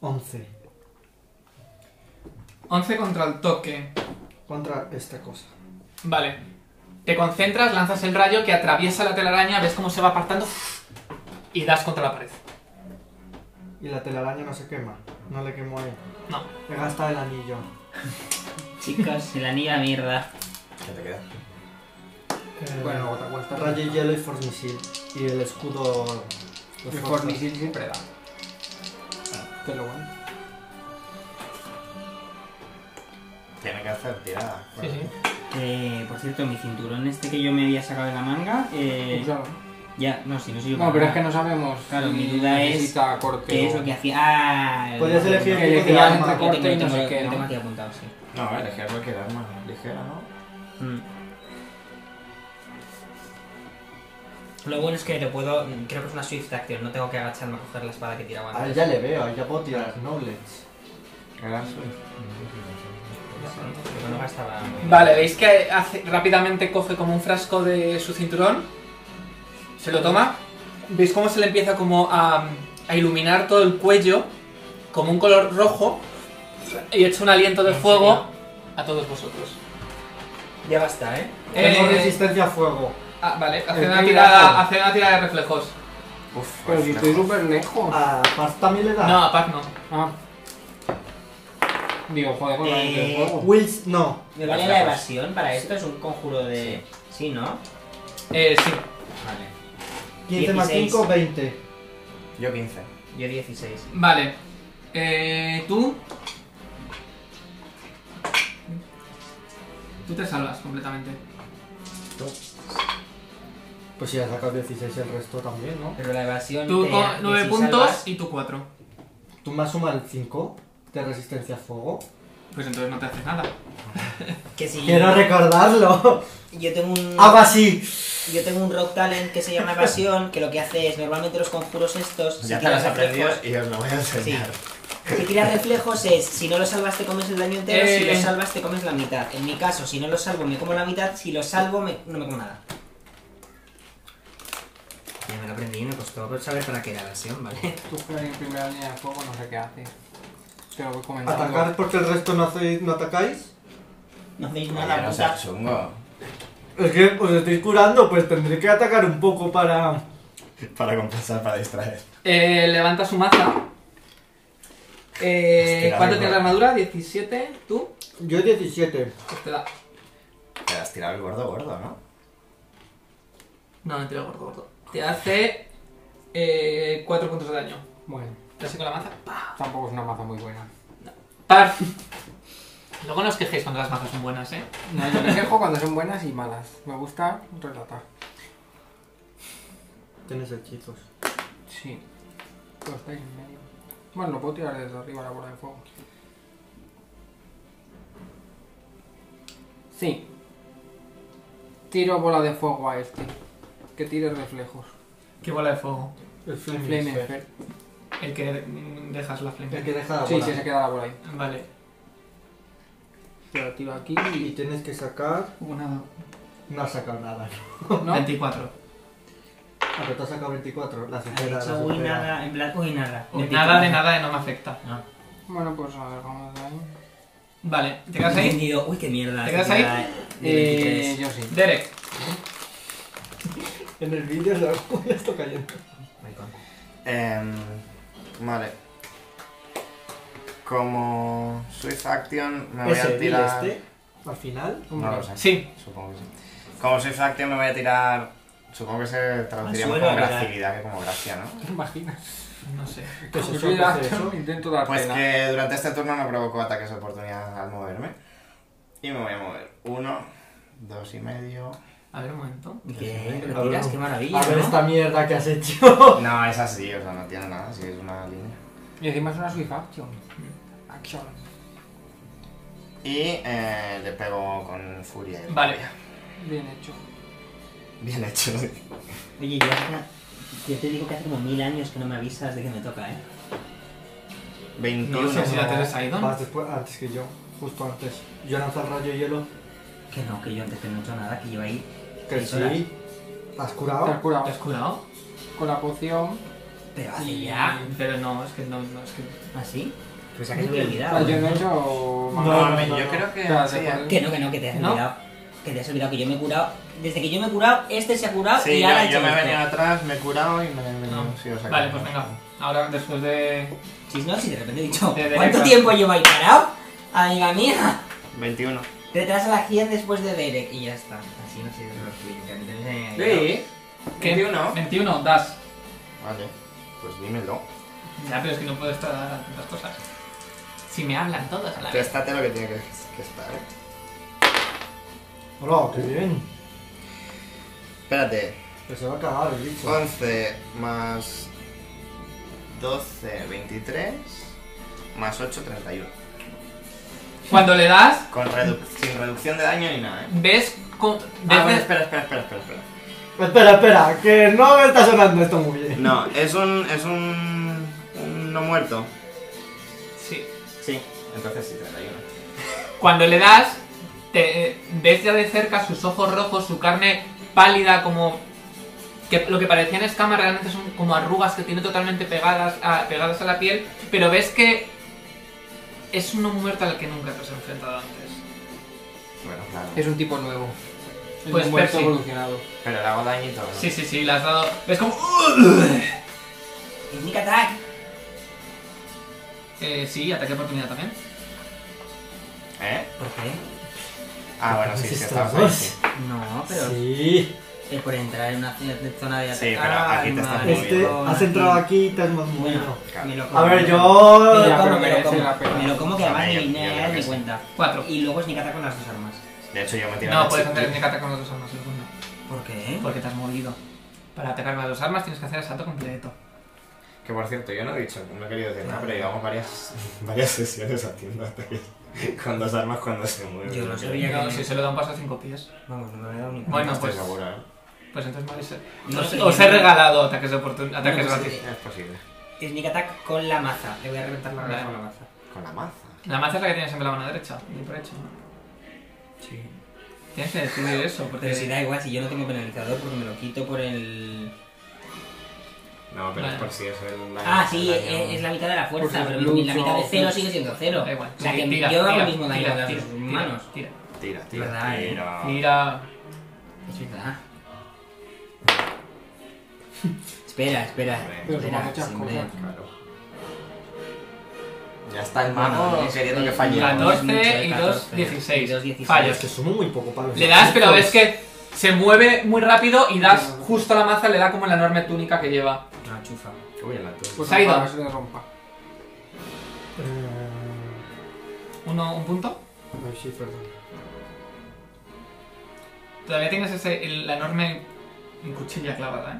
D: 11
A: 11 contra el toque.
D: Contra esta cosa.
A: Vale. Te concentras, lanzas el rayo que atraviesa la telaraña, ves cómo se va apartando y das contra la pared.
D: Y la telaraña no se quema. No le quemo ahí.
A: No.
D: He gastado el anillo.
B: Chicos, el anillo a mierda.
C: ¿Qué te queda?
D: Eh,
E: Bueno, luego te acuestas.
D: Rayo y hielo y Force Missile. Y el escudo. de
E: El
D: fuerza.
E: formisil siempre da. Te lo bueno.
C: Tiene que hacer tirada.
A: Sí, sí.
B: Eh, por cierto, mi cinturón este que yo me había sacado de la manga... Eh,
E: Úsalo.
B: ya, no, si no soy yo...
E: No, pero es que no sabemos.
B: Claro,
E: si
B: mi duda es
E: necesita corte
B: ¿Qué es
E: o-
B: lo que hacía? Ah, el-
D: Podías elegir
B: no,
D: el tipo de
E: elegías
D: arma.
E: entre
B: yo tengo,
E: corte y
B: yo
E: no
B: tengo-
E: sé qué,
B: yo tengo
E: ¿no?
B: aquí apuntado, sí.
C: No, a ver, elegir cualquier arma ligera, ¿no?
B: Mm. Lo bueno es que lo puedo. Creo que es una Swift Action, no tengo que agacharme a coger la espada que tiraba
D: A él
B: antes.
D: Ah, ya le veo, ya puedo tirar Knowledge.
C: Era su-
B: Pero no gastaba.
A: Vale, veis que hace- rápidamente coge como un frasco de su cinturón, se lo toma, veis cómo se le empieza como a, a iluminar todo el cuello, como un color rojo, y echa un aliento de
B: ¿En
A: fuego a todos vosotros.
B: Ya basta, ¿eh?
D: Tengo
A: Eh,
D: resistencia a fuego.
A: Ah, vale, hace
D: El
A: una,
D: que
A: tirada,
D: irá.
A: hace una tirada de reflejos.
C: Uf,
E: Pero si
C: pues,
E: estoy
C: no.
E: súper lejos.
B: Ah,
D: A Paz Ah, también le da.
A: No, a Paz no.
E: Ah. Digo, joder, con la gente
B: Eh,
E: del juego.
D: Wills, no.
B: ¿Me vale la evasión para esto? ¿Es un conjuro de.? Sí, ¿no?
A: Eh, sí.
B: Vale.
D: 15 más
B: 16.
D: 5, 20.
C: Yo 15.
B: Yo 16.
A: Vale. Eh, tú. Tú te salvas completamente.
D: Pues si has sacado 16 el resto también, ¿no?
B: Pero la evasión.
A: Tú
B: te-
A: con
B: te
A: 9
B: si
A: puntos
B: salvas-
A: y tú 4.
D: Tú más suma el 5 de resistencia a fuego.
A: Pues entonces no te haces nada.
B: Que si
D: Quiero recordarlo.
B: yo tengo un.
D: Hago así.
B: Yo tengo un Rock Talent que se llama Evasión, que lo que hace es normalmente los conjuros estos. si
C: Ya te
B: tiras
C: las has aprendido
B: reflejos-
C: y os lo voy a enseñar.
B: Si tiras reflejos es, si no lo salvas te comes el daño entero, si
A: Eh.
B: lo salvas te comes la mitad. En mi caso, si no lo salvo me como la mitad, si lo salvo me- no me como nada. Ya me lo aprendí, me costó saber para qué era la versión, ¿vale?
E: Tú juegas en primera línea de fuego, no sé qué hace. Te lo voy comentando.
D: Atacar porque el resto no, hacéis, no atacáis.
B: No hacéis
C: Oye,
B: nada,
C: no
B: puta.
C: seas chungo.
D: Es que os estoy curando, pues tendré que atacar un poco para.
C: Para compensar, para distraer.
A: Eh, levanta su maza. Eh,
C: Hostia,
A: ¿Cuánto
C: la
A: tiene la armadura? 17. ¿Tú?
D: Yo 17.
A: Pues te da.
C: Te has tirado el gordo gordo, ¿no?
A: No, mentira, gordo, gordo. Te hace 4 puntos de daño.
E: Bueno,
A: Te hace con la maza. ¡pa!
E: tampoco es una maza muy buena.
A: Par. Luego no os quejéis cuando las mazas son buenas, ¿eh?
E: No, yo me quejo cuando son buenas y malas. Me gusta relatar.
D: Tienes hechizos.
E: Sí. Pero estáis en medio. Bueno, lo puedo tirar desde arriba la bola de fuego. Sí. Tiro bola de fuego a este. Que tire reflejos.
A: ¿Qué bola de fuego?
D: El flame.
E: Flame
D: Sphere.
E: Sphere.
A: El que mm, dejas la
D: El
A: flema.
D: que deja la
E: Sí,
D: Ah, bola.
E: sí, se queda la bola ahí.
A: Vale.
E: Pero tiro aquí
D: Y
E: y.
D: tienes que sacar.
E: Hubo nada.
D: No has sacado nada.
E: ¿No?
A: 24.
D: Ah, pero te has sacado 24. La
B: Ha
D: supera, la
B: dicho, uy,
D: supera.
B: nada, en plan, uy, nada.
A: O Nada de nada de no me afecta.
B: No.
E: Bueno, pues a ver, vamos a ver.
A: Vale, ¿te quedas
B: Me he
A: ahí?
B: entendido, Uy, qué mierda.
A: ¿Te quedas
B: qué
A: ahí?
B: mierda de
E: Eh,
B: 23.
E: yo sí.
A: Derek.
D: En el vídeo es la esto cayendo.
B: Maricón.
C: Em, vale. Como Swift Action me voy
D: Ese,
C: a
D: y
C: tirar.
D: este. Al final.
C: No pues lo sé.
A: Sí.
C: Supongo que sí. Como Swift Action me voy a tirar. Supongo que se
D: Ah,
C: traduciría más
B: suelo,
C: como
B: ¿verdad?
C: gracilidad que como gracia, ¿no?
E: ¿Te imaginas?
A: No sé.
D: ¿Qué es
E: Yo
D: eso?
E: voy a
D: ¿Qué es
E: hacer
D: eso?
E: un intento de
C: Pues
E: arcana.
C: que durante este turno no provoco ataques de oportunidad al moverme. Y me voy a mover. Uno, dos y medio.
A: A ver un momento.
B: Bien,
D: A
B: lo
D: ver,
B: tiras, qué maravilla.
D: A ver
B: ¿no?
D: esta mierda que has hecho.
C: No, es así, o sea, no tiene nada, sí es una línea.
E: Y encima es una Swift Action. Action.
C: Y eh, le pego con furia. y
A: Vale.
C: rabia.
E: Bien hecho.
C: Bien hecho.
B: Oye, yo, yo te digo que hace como mil años que no me avisas de que me toca, ¿eh?
C: 21.
A: No sé si la tienes ahí, ¿no?
D: Vas después, antes que yo. Justo antes. Yo lanzo el rayo hielo.
B: Que no, que yo antes que no he hecho nada, que yo ahí.
D: Que
B: Sí, hola.
D: sí. ¿Has
E: Te has
D: curado?
A: ¿Te has
E: curado.
A: curado?
E: Con la poción.
B: Pero hace
A: Ya,
B: ya.
A: pero no, es que no, no es que.
B: ¿Así? Pues a que se me había
E: O sea,
B: olvidado.
E: yo no he hecho.
D: No,
E: mal.
D: no, no,
C: yo
D: no.
C: creo que.
E: Claro,
C: sí, ¿eh?
E: se puede.
B: Que no, que no, que te has
A: ¿No?
B: olvidado. Que te has olvidado que yo me he curado. Desde que yo me he curado, este se ha curado
A: Ah,
C: Sí,
B: y
C: yo,
B: ahora
C: yo me he
B: he
C: venido atrás, me he curado y me he venido.
A: No.
C: Mm, sí, o sea,
A: Vale,
C: que-
A: pues venga. Ahora, después de.
B: Si no, si de repente he dicho,
A: De- de
B: ¿cuánto
A: derecha.
B: tiempo llevo ahí parado? Amiga mía.
C: 21.
B: Detrás a la 100 después de Derek y ya está. Así no sé de los que a mí también se me había olvidado.
C: ¿Sí?
A: ¿Qué?
C: 21.
A: 21, das.
C: Vale, pues dímelo.
A: Ya, pero es que no puedo estar a tantas cosas. Si me hablan todas a la vez.
C: Préstate lo que tiene que, que estar, eh.
D: Hola, qué bien.
C: Espérate.
D: Que se va a cagar el bicho.
C: 11 más 12, 23. Más 8, 31.
A: Cuando le das,
C: Con reduc- sin reducción de daño ni nada, eh.
A: ves. con-
C: Ah,
A: ves-
C: bueno, espera, espera, espera, espera, espera.
D: Espera, espera, que no me está sonando esto muy bien.
C: No, es un. es un. un no muerto.
A: Sí.
C: Sí. Entonces sí, 31.
A: Cuando le das, te eh, ves ya de cerca sus ojos rojos, su carne pálida, como. que lo que parecían escamas realmente son como arrugas que tiene totalmente pegadas a, pegadas a la piel, pero ves que. es un no muerto al que nunca te has enfrentado antes.
C: Bueno, claro.
E: Es un tipo nuevo. Es
A: Pues
E: un muerto
A: Percy.
E: evolucionado.
C: Pero le hago daño y todo. ¿no?
A: Sí, sí, sí, le has dado. ves como.
B: Sneak attack.
A: Eh, sí, ataque de oportunidad también.
C: ¿Eh?
B: ¿Por qué?
C: Ah, bueno, sí, sí,
D: Estos
C: estamos ahí,
D: dos.
C: sí.
B: No, pero
D: Sí.
B: es por entrar en una zona de
C: Sí,
B: ataque.
C: pero aquí te estás
B: Ay,
C: moviendo.
D: Este,
B: maricón,
D: has entrado
B: aquí.
D: aquí y te has movido.
C: Claro.
B: Me lo como.
D: A
B: Me
D: ver, yo.
B: lo como,
E: Ya, pero
B: me lo
E: merece
B: como.
E: la pena.
B: Me lo como que además
C: Hombre, yo-
B: ni
C: yo
B: me
C: creo que
B: das ni
C: sí.
B: cuenta.
A: Cuatro.
B: Y luego sneak attack con las dos armas.
C: De hecho, yo me tiro
A: No,
C: la
A: puedes
C: chi-
A: hacer el ataque con las dos armas, segundo.
B: ¿Por qué?
A: Porque te has movido. Para atacar con las dos armas tienes que hacer asalto completo.
C: Que por cierto, yo no he dicho, no he querido decir nada, pero llevamos varias, varias sesiones haciendo ataques con dos armas cuando se mueven.
B: Yo no sabía.
A: No,
B: que-
A: Eh, si se le da un paso a cinco pies.
B: Vamos, no me había dado ni
C: No
A: Bueno,
C: estoy
A: pues-
C: seguro, ¿eh?
A: Pues entonces me habéis-
B: No
A: os,
B: sé.
A: os he regalado ataques de oportunidad. Ataques
B: Bueno, pues,
A: gratis.
C: Es posible.
B: cuenta. Sneak attack con la maza. Le voy a reventar la cabeza con la maza.
C: Con la maza.
A: La maza es la que tienes en la mano derecha, de derecha.
B: Sí.
A: Tienes que decidir eso, porque
B: Pero si da igual, si yo no tengo penalizador porque me lo quito por el...
C: No, pero
A: Vale.
C: es por si es el daño.
B: Ah, sí,
C: el daño-
B: es, es la mitad de la fuerza,
E: Porque
B: pero
E: el
B: mi- la
E: blue
B: mitad de
E: son-
B: cero sigue siendo cero.
A: Da igual.
B: O sea,
A: Ti-
B: que
A: tira,
B: yo hago
A: tira,
B: el mismo daño
A: tira,
B: a los
A: tira,
B: humanos.
A: Tira,
C: Tira, tira,
B: Verdad, ¿eh?
C: tira.
A: tira. tira.
B: Es verdad. espera, espera.
C: Pero
E: como
B: espera,
E: muchas
B: hombre.
E: cosas.
C: Claro. Ya está el mago
B: Bueno,
C: queriendo que
B: es-
C: falle.
B: es mucho,
A: 14 y
B: es
A: 2, 16.
B: Y 2, 16.
A: Fallas.
D: Es que sumo muy poco
B: Pues
D: para los
A: Le das, pero
D: efectos.
A: ves que se mueve muy rápido y das justo a la maza, le da como la enorme túnica que lleva.
B: No, chufa.
C: Uy, en la tuya.
E: Pues
A: Se ha ido.
E: apaga, se le rompa.
D: Eh,
A: Uno, un punto.
D: no, sí, perdón.
A: Todavía tienes ese, el- la enorme cuchilla clavada, ¿eh?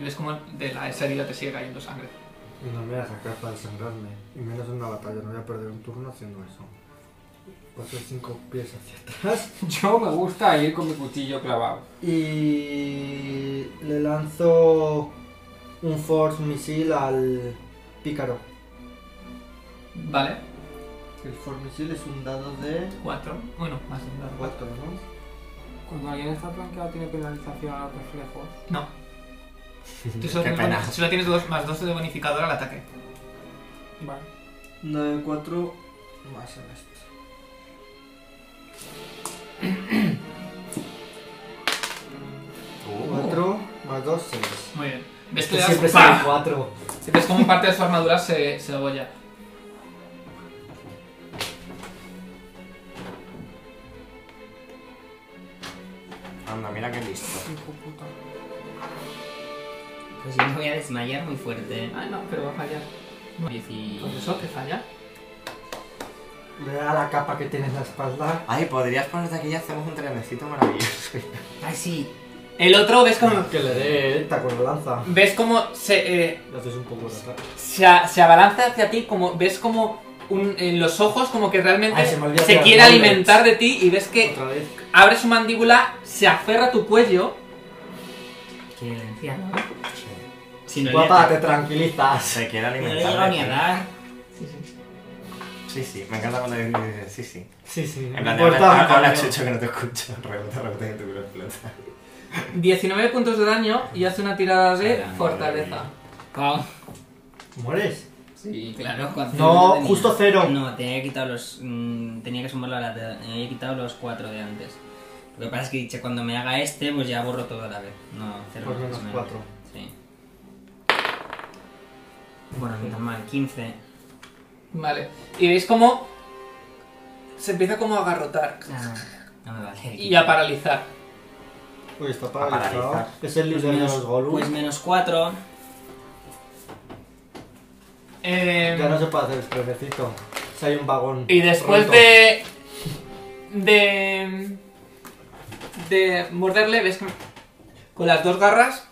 A: Y ves como de la, esa herida te sigue cayendo sangre.
D: No me voy a sacar para desangrarme. Y menos en una batalla, no voy a perder un turno haciendo eso. Otros cinco pies hacia atrás.
E: Yo me gusta ir con mi cuchillo clavado.
D: Y le lanzo un Force Misil al Pícaro.
A: Vale,
D: El Force Misil es un dado de
A: cuatro. Bueno, más de un dado.
D: 4, ¿no?
E: Cuando alguien está flanqueado tiene penalización a los reflejos.
A: No. Tú solo,
C: Qué
A: tienes,
C: pena.
A: boni- solo tienes dos, más dos de bonificador al ataque.
E: Vale.
D: 9, 4 más el este.
C: Uh,
D: 4 más 2, 6.
A: Muy bien. ¿Ves que le das?
D: Este Siempre
A: ¡pah!
D: sale 4.
A: Ves como parte de su armadura se, se abolla.
C: Anda, mira qué listo.
E: Hijo puta.
B: Pues yo me voy a desmayar muy fuerte.
A: Ah, no, pero va a fallar.
B: Dieci-
A: Pues eso, que falla.
D: Le da la capa que tiene en la espalda.
C: Ay, podrías ponerte aquí y hacemos un trenecito maravilloso.
B: Ay, sí.
A: El otro ves como,
D: Que le dé esta con la lanza.
A: ves como se, eh,
D: Le haces un poco de ataque.
A: se, a- se abalanza hacia ti, como ves como un- en los ojos, como que realmente
D: Ay, se me olvidó
A: se
D: tirar
A: quiere
D: doble.
A: alimentar de ti y ves que
D: Otra vez.
A: abre su mandíbula, se aferra a tu cuello.
B: Violencia, ¿no? Si no le-
D: Guapa, te tranquilizas.
C: Se quiere
B: no le he
C: alimentar.
B: llegado
C: de
B: ni a
C: ti.
B: dar.
C: Sí, sí, me encanta cuando dices sí, sí.
D: Sí, sí.
C: En plan, de
D: importa,
C: habla
D: me
C: habla,
D: cabreo.
C: chucho que no te escucho. Rebota, rebota que tu culo explota.
A: 19 puntos de daño y hace una tirada de
B: Madre
A: fortaleza.
B: Pau.
D: ¿Mueres?
B: Sí, claro. cuando-
D: No,
B: tenía-
D: justo cero.
B: No, tenía que quitar los. mm, tenía que sumarlo a la. de- Había quitado los cuatro de antes. Lo que pasa es que he dicho, cuando me haga este, pues ya borro todo a la vez. No, cero
D: Por
B: no,
D: Pues menos
B: es menos.
D: cuatro.
B: Sí. Bueno, ni tan mal, 15.
A: Vale. Y veis como se empieza como a agarrotar
B: Ah, no me vale.
A: y a paralizar.
D: Uy, está
C: A
D: paralizado.
C: paralizar.
D: Es el líder
B: Pues
D: de
B: menos-
D: los Golum.
B: Pues menos 4.
A: Eh,
D: Ya no se puede hacer el trenecito. Si hay un vagón.
A: Y después
D: roto.
A: de. de. de morderle, ves que con las dos garras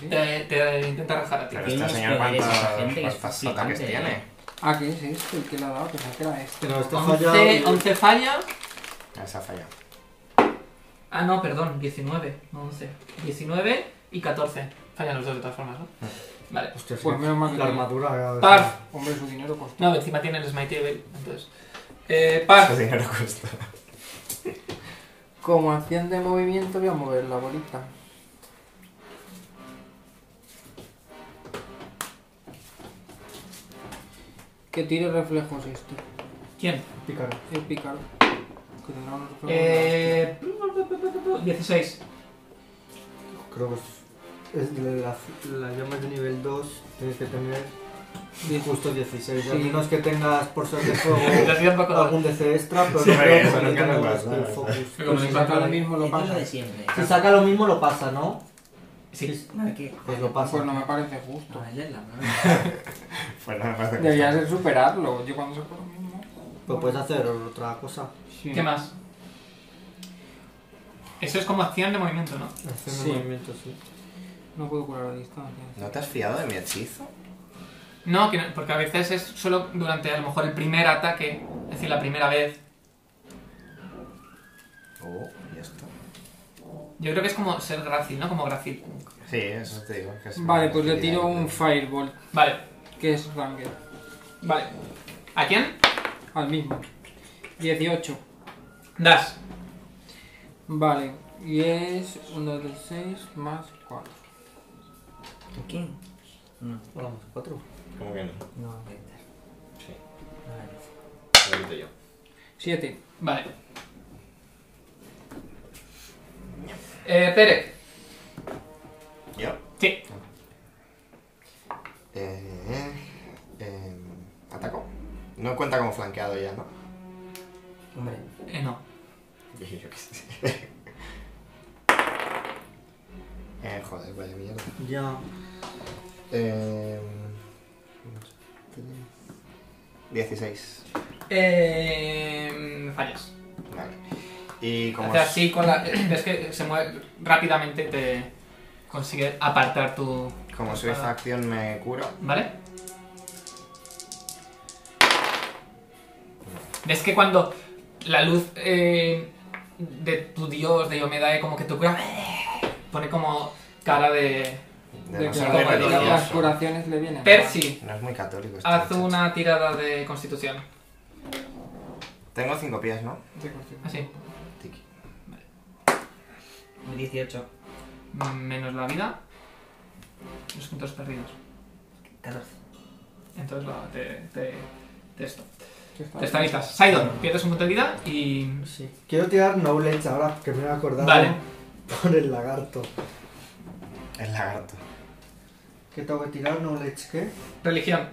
A: te, te intenta rajar a ti.
C: Pero
B: Tiene
C: este
B: unos
C: señor,
B: poderes
C: ¿cuántos,
B: esa gente que es
C: cuántos ataques
B: flipante,
C: tiene?
B: ¿eh?
E: Ah, ¿qué es esto? ¿El que le ha dado? Pensaba que era este.
D: Pero está fallado.
A: 11,
D: y-
A: 11 falla.
C: Ah, se ha fallado.
A: Ah, no, perdón, 19, no 11. 19 y 14. Fallan los dos de todas formas, ¿no? Vale.
D: Hostia, sí.
E: Pues menos mal que
D: La
E: tiene.
D: armadura.
A: Parf.
E: Hombre, su dinero costó.
A: No, encima tiene el Smite Evil, entonces. Eh, par.
C: Eso dinero cuesta.
E: Como acción de movimiento voy a mover la bolita. Que tire reflejos este.
A: ¿Quién?
D: Pícaro.
E: El pícaro. Que tendrá unos reflejos.
A: Eh. 16.
D: Creo que es- es. de la, la llamas de nivel 2 tienes que tener
E: Diez.
D: justo 16. A
E: Sí.
D: menos que tengas por ser de
A: Te
D: fuego
A: hacía un poco de-
D: algún DC extra, pero
C: Sí,
D: no creo
C: eso
D: porque
C: nunca
D: tenga
C: me
D: un
C: pasa,
D: skill
C: ¿verdad?
D: este, focus.
A: Pero
E: Pues
A: como
E: si
A: me
E: saca lo
A: falta-
E: mismo lo
B: Esto es lo
E: pasa.
B: de siempre.
D: Si saca lo mismo lo pasa, ¿no?
A: Sí.
B: ¿Qué?
D: Pues lo pasa.
E: Pues no me parece justo.
B: Vale, la verdad.
C: Pues no me parece que
E: Debería
C: sea.
E: ser superarlo. Yo cuando saco lo mismo.
D: Pues puedes hacer otra cosa.
E: Sí.
A: ¿Qué más? Eso es como acción de movimiento, ¿no?
D: Hacer
E: Sí.
D: un movimiento, sí.
E: No puedo curar a distancia.
C: ¿No te has fiado de mi hechizo?
A: No, que no- porque a veces es solo durante a lo mejor el primer ataque, es decir, la primera vez.
C: Oh, y esto.
A: Yo creo que es como ser grácil, ¿no? Como grácil.
C: Sí, eso te digo. que es
E: Vale,
C: una
E: pues le
C: facilidad
E: tiro
C: que
E: un
C: te-
E: Fireball,
A: Vale,
E: que es Ranger.
A: vale. ¿A quién?
E: Al mismo. 18.
A: Das.
E: Vale. Y es 1 de 6 más 4.
B: ¿Qué? No,
D: Hola, cuatro.
C: ¿Cómo que no?
B: no va a afectar.
C: Sí,
B: Vale.
C: lo quito yo.
E: 7.
A: Vale. Eh, Pérez.
C: ¿Yo?
A: Sí.
C: Eh, eh, ¿Ataco? No cuenta como flanqueado ya, ¿no?
B: Hombre,
A: Eh, no.
C: Yo qué sé. eh, joder, vaya mierda.
D: Ya.
C: Eh, 16.
A: Eh, fallas.
C: Vale. Y como...
A: O sea,
C: es-
A: sí, con la. Ves que se mueve rápidamente te consigue apartar tu.
C: Como soy esta acción me curo.
A: ¿Vale? Ves que cuando la luz eh, de tu dios, de Yomedae, como que tu cura pone como cara de.
C: De,
E: De
C: no
E: que
C: ser
A: como
E: las-
A: religioso.
E: las
C: religioso.
E: curaciones le vienen.
A: Percy,
C: No es muy católico. este
A: haz
C: muchacho.
A: una tirada de constitución.
C: Tengo 5 pies, ¿no?
E: De constitución.
A: Así.
C: Tiki.
B: un 18,
A: Menos la vida. Los puntos perdidos.
B: 14.
A: Entonces va, te, te, te esto.
E: Que está
A: Te estabilizas. Sidon, pierdes un punto de vida y.
D: Sí. Quiero tirar Knowledge ahora que me he acordado.
A: Vale.
D: Por el lagarto.
C: El lagarto.
D: ¿Qué tengo que tirar? ¿Knowledge qué?
A: Religión.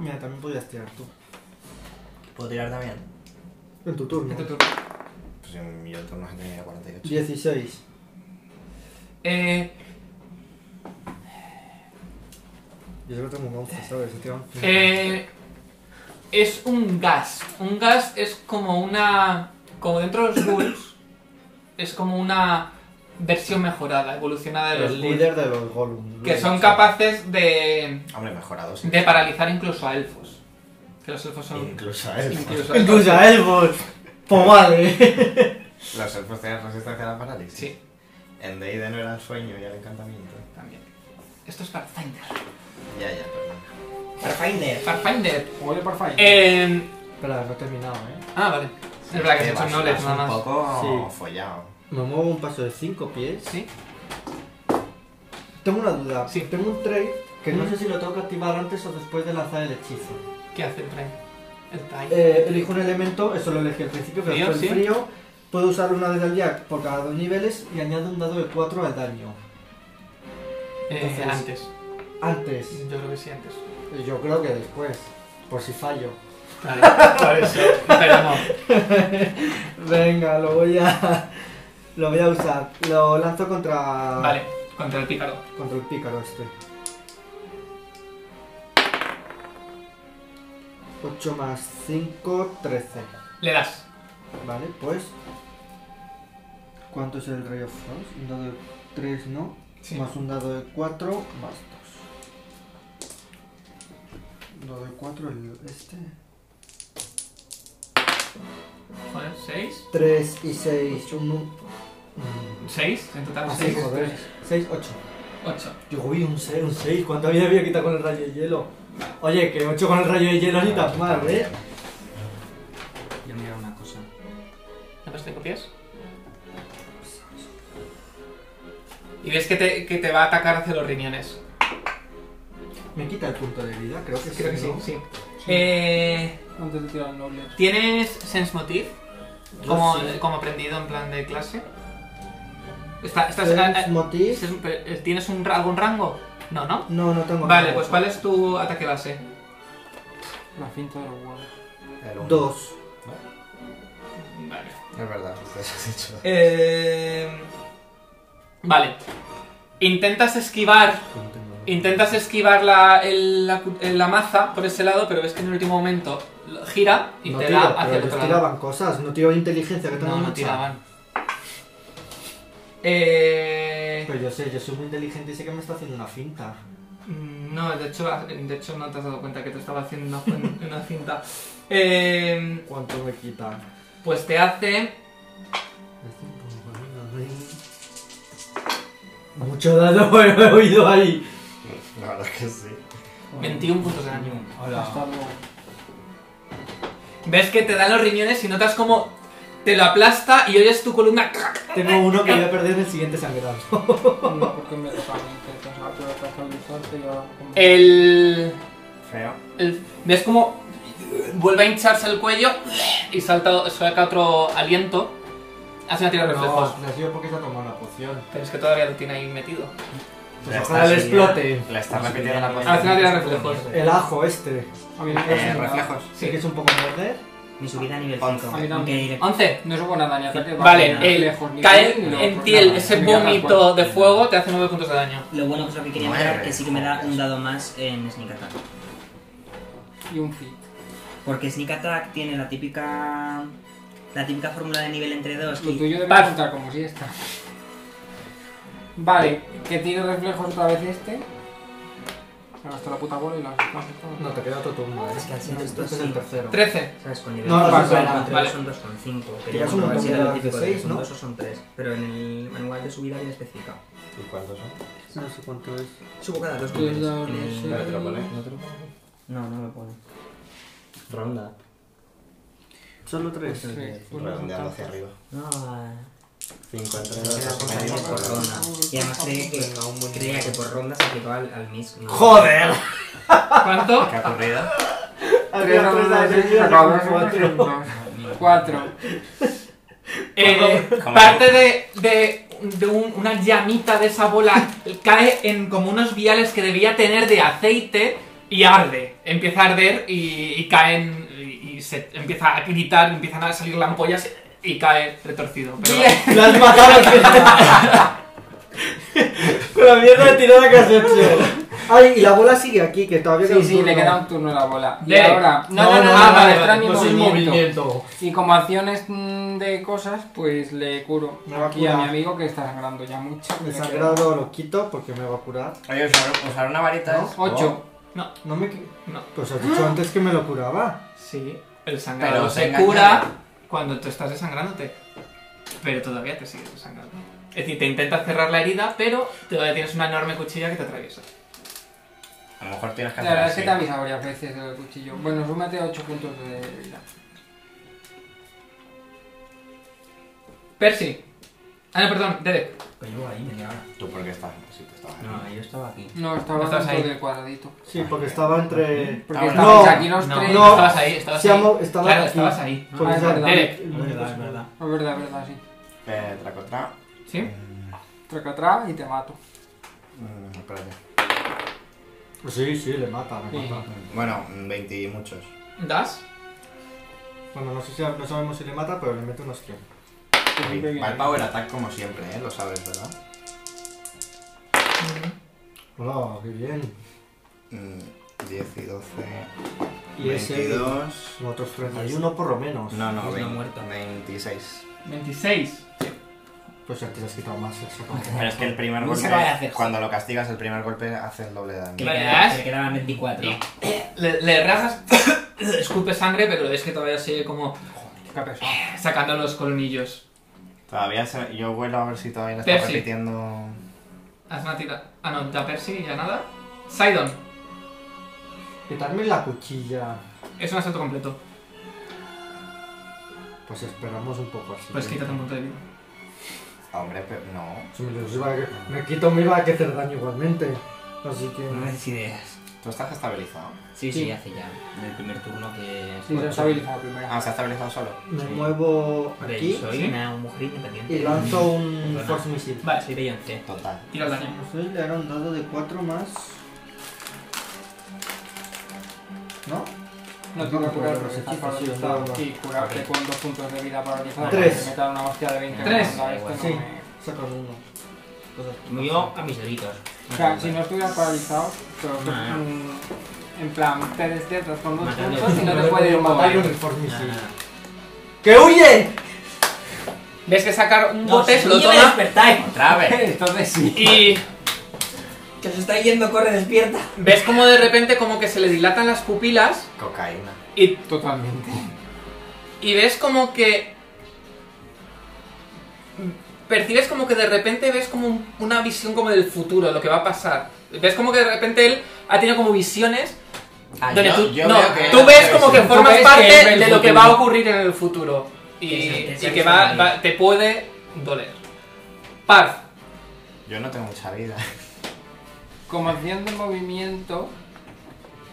D: Mira, también podías tirar tú.
C: ¿Puedo tirar también?
D: En tu turno.
A: en tu turno.
C: Pues mm, yo turno que tenía 48.
D: 16.
A: Eh,
D: Yo solo tengo un 11, ¿sabes? He tirado un cinco.
A: Eh, es un gas. Un gas es como una. Como dentro de los ghouls, es como una versión mejorada, evolucionada de los
D: el
A: ghouls.
D: líder de los Gollum.
A: Que son capaces de,
C: Hombre, mejorado, sí.
A: de paralizar incluso a elfos. Que los elfos son.
C: Incluso ¿eh? a él.
A: Incluso a elfos.
D: Incluso a Elbos. Pues vale.
C: Los elfos tienen resistencia a la parálisis.
A: Sí,
C: En D&D no era el sueño y el encantamiento.
A: también. Esto es Pathfinder.
C: Ya, ya, perdón.
B: Pathfinder.
A: Pathfinder.
E: Huele por fallo.
A: Eh,
D: Espera, no he terminado, ¿eh?
A: ah, vale. Es verdad que
C: Eh,
A: se son
C: vas-
A: nobles
C: vas
A: nada más.
C: un poco
D: Sí.
C: follado.
D: Me muevo un paso de 5 pies.
A: Sí.
D: Tengo una duda.
A: Sí.
D: Tengo un trade que no
A: Mm.
D: sé si lo tengo que activar antes o después de lanzar el hechizo.
A: ¿Qué hace el rey? El Tain.
D: Eh, elijo un elemento, eso lo elegí al principio, pero
A: Frío,
D: fue el
A: sí.
D: frío. Puedo usar una vez al día por cada dos niveles y añado un dado de 4 al daño.
A: Eh,
D: entonces-
A: antes.
D: Antes.
A: Yo creo que sí, antes.
D: Yo creo que después. Por si fallo.
A: Vale, por eso. Pero no.
D: Venga, lo voy a. Lo voy a usar. Lo lanzo contra.
A: Vale, contra el pícaro.
D: Contra el pícaro este. 8 más 5, 13.
A: Le das.
D: Vale, pues. ¿Cuánto es el Ray of Frost? Un dado de 3, ¿no? Más un dado de 4, más 2. Un dado de 4, el este.
A: Joder, ¿seis?
D: 3 y 6, un.
A: ¿Seis? En total,
D: Ah, sí,
A: seis.
D: joder. 6, 8.
A: Ocho.
D: Yo uy, un 6, un 6. ¿Cuánto había había quitado con el rayo de hielo? Oye, que 8 con el rayo de hielo ni tan mal, ¿eh?
B: Yo miro una cosa.
A: ¿Cuántos te copias? Y ves que te, que te va a atacar hacia los riñones.
D: Me quita el punto de vida, creo que
A: Creo que sí,
D: ¿no?
A: sí. Eh,
E: Antes de tirar el noble.
A: ¿Tienes Sense Motive? Como,
D: Ah, sí.
A: como aprendido en plan de clase. Está, estás,
D: Sense
A: ah, ah,
D: motive.
A: sense- pero, eh, ¿Tienes un, ra- algún rango? No, ¿no?
D: No, no tengo
A: Vale,
D: nada.
A: pues ¿cuál es tu ataque base?
E: La finta de los huevos.
C: Era un-
D: Dos.
A: Vale.
C: Es verdad, ustedes has dicho.
A: Eh, Vale. Intentas esquivar. Intentas esquivar la, el- la, cu- la maza por ese lado, pero ves que en el último momento lo- gira y
D: no
A: te
D: tiro,
A: da hacia
D: pero
A: el
D: ellos
A: otro lado.
D: tiraban cosas, no tiro inteligencia que tengo
A: No, no
D: mucha.
A: tiraban. Eh,
D: Pero yo sé, yo soy muy inteligente y sé que me está haciendo una finta.
A: Mm, no, de hecho, de hecho no te has dado cuenta que te estaba haciendo una, una cinta. Eh,
D: ¿Cuánto me quita?
A: pues te hace
D: Mucho daño he oído ahí.
C: La verdad que sí.
A: 21 puntos de daño.
E: Hasta luego.
A: Ves que te dan los riñones y notas como te lo aplasta y oyes tu columna.
D: Tengo uno que voy a perder en el siguiente sangrado.
E: No, Mm, porque me toca a mí, que te saco de casa del sorteo y ahora como-
A: Eh, El,
C: Feo.
A: el- ves como vuelve a hincharse el cuello y salta, saca otro aliento. Hace una tira de reflejos.
D: No, ha sido porque se ha tomado una poción.
A: Pero es que todavía lo tiene ahí metido.
D: Pues ojalá le explote.
C: La está repitiendo la Eh,
A: Hace una
C: poción.
A: tira de reflejos.
D: El ajo este.
E: A mí no me
C: Eh,
E: hace nada.
C: reflejos.
D: Sí. que es un poco morder.
B: Mi subida a nivel
C: Once.
B: 5.
E: A mí también.
B: Aunque directo.
A: 11.
E: No supo nada ni aparte.
A: Vale,
E: va
A: el-
E: lejos, ni
A: Cae
E: bien, ni
A: en
E: lejos,
A: piel
E: nada.
A: ese
E: Me queda tal
A: vómito
E: cual.
A: de fuego, te hace 9 puntos de daño.
B: Lo bueno que es lo que quería
C: Madre.
B: mirar, que sí que me da un dado más en Sneak Attack.
E: Y un fit.
B: Porque Sneak Attack tiene la típica. La típica fórmula de nivel entre dos.
E: Lo
B: Que
E: tuyo debe
A: Paz.
E: contar como si esta. Vale, que tire reflejos otra vez este. Me gastó la puta bola y la
D: No, te queda otro turno. eh.
B: Es que al ser esto
D: este es
B: sí.
D: el tercero.
A: 13.
B: ¿Sabes? Con nivel
D: No,
E: no,
B: cuatro,
E: no, no,
B: con
D: no,
B: tres
A: vale.
B: son 2,5.
D: Que ya
B: Quería
D: es un
B: comprobar si era lo
D: número
B: típico
D: de
B: de que son
D: ¿no?
B: 2 o son 3. Pero en el manual de subida viene especificado.
C: ¿Y cuántos son?
D: No sé cuánto es.
B: Subo cada dos
E: Tú eres
B: niveles.
E: la-
B: En el-
C: Pero te lo pones, no te lo pones.
B: No, no me pone.
C: Ronda.
D: Solo
E: Pues,
D: tres.
E: eh,
C: Redondeando hacia arriba.
B: No, eh,
C: 5 entre
B: era
C: 2
B: por
C: y medio.
B: ronda, por
C: por
B: ronda. Y además creía que, creía que por ronda se aplicaba al, al Miss. No.
D: ¡Joder!
A: ¿Cuánto?
C: ¿Qué ha ocurrido?
D: Había Ah, tres daños
E: eh,
D: y ahora son cuatro.
E: Cuatro.
A: Eh,
C: ¿Cómo?
A: parte de, de, de un- una llamita de esa bola cae en como unos viales que debía tener de aceite y arde. Empieza a arder y, y caen y, y se empieza a gritar, empiezan a salir lampollas y cae retorcido. Pero
D: ¡Lo has matado! Con la mierda de tirada que has hecho. Ay, y la bola sigue aquí, que todavía
E: Sí,
D: queda un
E: sí, le
D: turno.
E: queda un turno a la bola. Y
A: Bien.
E: ahora.
A: No, no, no, no,
E: ah,
A: vale,
E: extra
A: vale,
E: mi
D: no soy
E: movimiento.
D: movimiento.
E: Y como acciones mm, de cosas, pues le curo
D: Me va a
E: aquí a mi
D: curar.
E: amigo que está sangrando ya mucho.
D: El
E: Le queda-
D: sangrado lo quito porque me va a curar.
C: Oye, usar, usar una varita ¿eh? es...
E: Ocho.
D: No me...
A: No.
D: Pues has dicho antes que me lo curaba.
A: sí, el sangrado
C: Pero se
A: se
C: engaña.
A: cura cuando tú estás desangrándote. Pero todavía te sigues desangrando. Es decir, te intentas cerrar la herida, pero todavía tienes una enorme cuchilla que te atraviesa.
C: A lo mejor tienes que
E: La
C: hacer
E: verdad es que
C: así.
E: te avisa varias veces el cuchillo. Bueno, súmate 8 puntos de vida.
A: Percy. Ah, no, perdón, Derek.
B: Pues yo ahí media hora.
C: Tú porque estás... Sí, tú estabas ahí.
B: No, yo estaba aquí.
E: No, estaba
A: Estás
E: dentro
A: ahí.
E: del cuadradito.
D: Sí, porque estaba entre...
E: Porque
C: Ah, bueno.
E: estabais
D: No,
E: aquí los
A: No,
E: tres.
D: no.
A: estabas ahí, estabas
D: Sí,
A: ahí.
D: amo- estaba
A: claro,
D: aquí.
A: estabas ahí.
E: Ah, es verdad.
A: Derek.
B: Es verdad, es verdad.
E: Es Ah, verdad, es verdad, sí.
C: Eh, tracotra.
A: ¿Sí?
E: Traca atrás y te mato.
C: Mm, espérate.
D: Pues Sí, sí, le mata, le
E: Sí.
D: mata.
C: Bueno, mm, 20 y muchos.
A: ¿Das?
D: Bueno, no, sé si, no sabemos si le mata, pero le mete unos 100.
E: Siempre viene.
C: Va el power attack como siempre, ¿eh? Lo sabes, ¿verdad?
D: Hola, qué bien.
C: Mm, 10 y 12...
D: Y ese...
C: 22...
D: Otros 31 por lo menos.
C: No, no,
B: Pues no
C: 20,
B: muerto.
C: 26.
A: 26.
D: Pues antes has quitado más. has sacado más.
C: Pero es que el primer
B: No se
C: golpe,
B: vaya a hacer.
C: cuando lo castigas, el primer golpe hace el doble de
B: Que
C: daño.
A: ¿Qué?
B: le
A: ¿Verdad?
B: queda- que quedaban 24.
A: Sí. Le, le rajas, escupe sangre, pero es que todavía sigue como
E: Qué pesado.
A: sacando los colmillos.
C: Todavía se- yo vuelo a ver si todavía lo está
A: Percy.
C: repitiendo.
A: Haz una tira. Ah, no, da Percy, ya nada. Sidon,
D: Quitarme la cuchilla.
A: es un asalto completo.
D: Pues esperamos un poco así.
A: Pues quítate un punto de vida.
C: Hombre, pero no.
D: Si me, los iba a- me quito, me iba a hacer daño igualmente. Así que.
B: No me des ideas.
C: Tú estás estabilizado.
B: Sí,
E: Sí.
B: sí, hace ya. Del primer turno que.
E: Sí, se estabiliza la primera.
C: Ah, se ha estabilizado solo.
D: Me
B: Sí.
D: muevo
B: Hombre,
D: aquí
B: Soy
A: ¿Sí?
B: una mujer independiente.
D: y lanzo
A: Mm,
D: un
B: Perdona.
D: Force Missile.
A: Vale,
B: Soy Beyoncé.
C: Total.
A: tira el daño.
D: Soy le hará un dado de 4 más. ¿No?
E: No
D: no
E: tengo
D: me
E: que curar,
D: acuerdo,
E: pero
D: sí,
E: está
D: sí, sí,
E: paralizado.
D: sí,
E: Y curarte con dos puntos de vida paralizado.
D: Tres.
E: porque Me da una hostia de 20.
A: Tres.
E: con la esta no
D: Sí.
E: me-
D: Saca uno. Entonces,
B: Me dio a mis Ah. doritos.
E: O sea, si no estuviera paralizado, pero tú,
B: Nah.
E: mm, en plan, te despiertas con dos
B: Matando.
E: puntos y no
D: no
E: te
D: le
E: puede
D: puedo
E: mover.
D: matar con el Force Missile.
B: Ah,
D: ¡Que huye!
A: Ves que sacar un
B: No,
A: bote,
B: sí,
A: se lo
B: yo me
A: toma
B: despertáis.
C: Otra vez.
D: Entonces sí.
A: y
B: Que os está yendo, corre, despierta.
A: ves como de repente como que se le dilatan las pupilas
C: Cocaína.
A: y,
D: Totalmente.
A: y ves como que... Percibes como que de repente ves como un- una visión como del futuro, lo que va a pasar. Ves como que de repente él ha tenido como visiones
B: Ah,
A: Donde
B: yo-
A: tú,
C: yo
A: no,
C: veo que-
A: tú ves como que
C: Tú
A: formas
D: ves que
A: parte
D: él ve el
A: de lo que
D: futuro.
A: va a ocurrir en el futuro y,
B: Exacto,
A: y
B: exacto.
A: que va, va- te puede doler. Parf,
C: Yo no tengo mucha vida.
E: Como acción de movimiento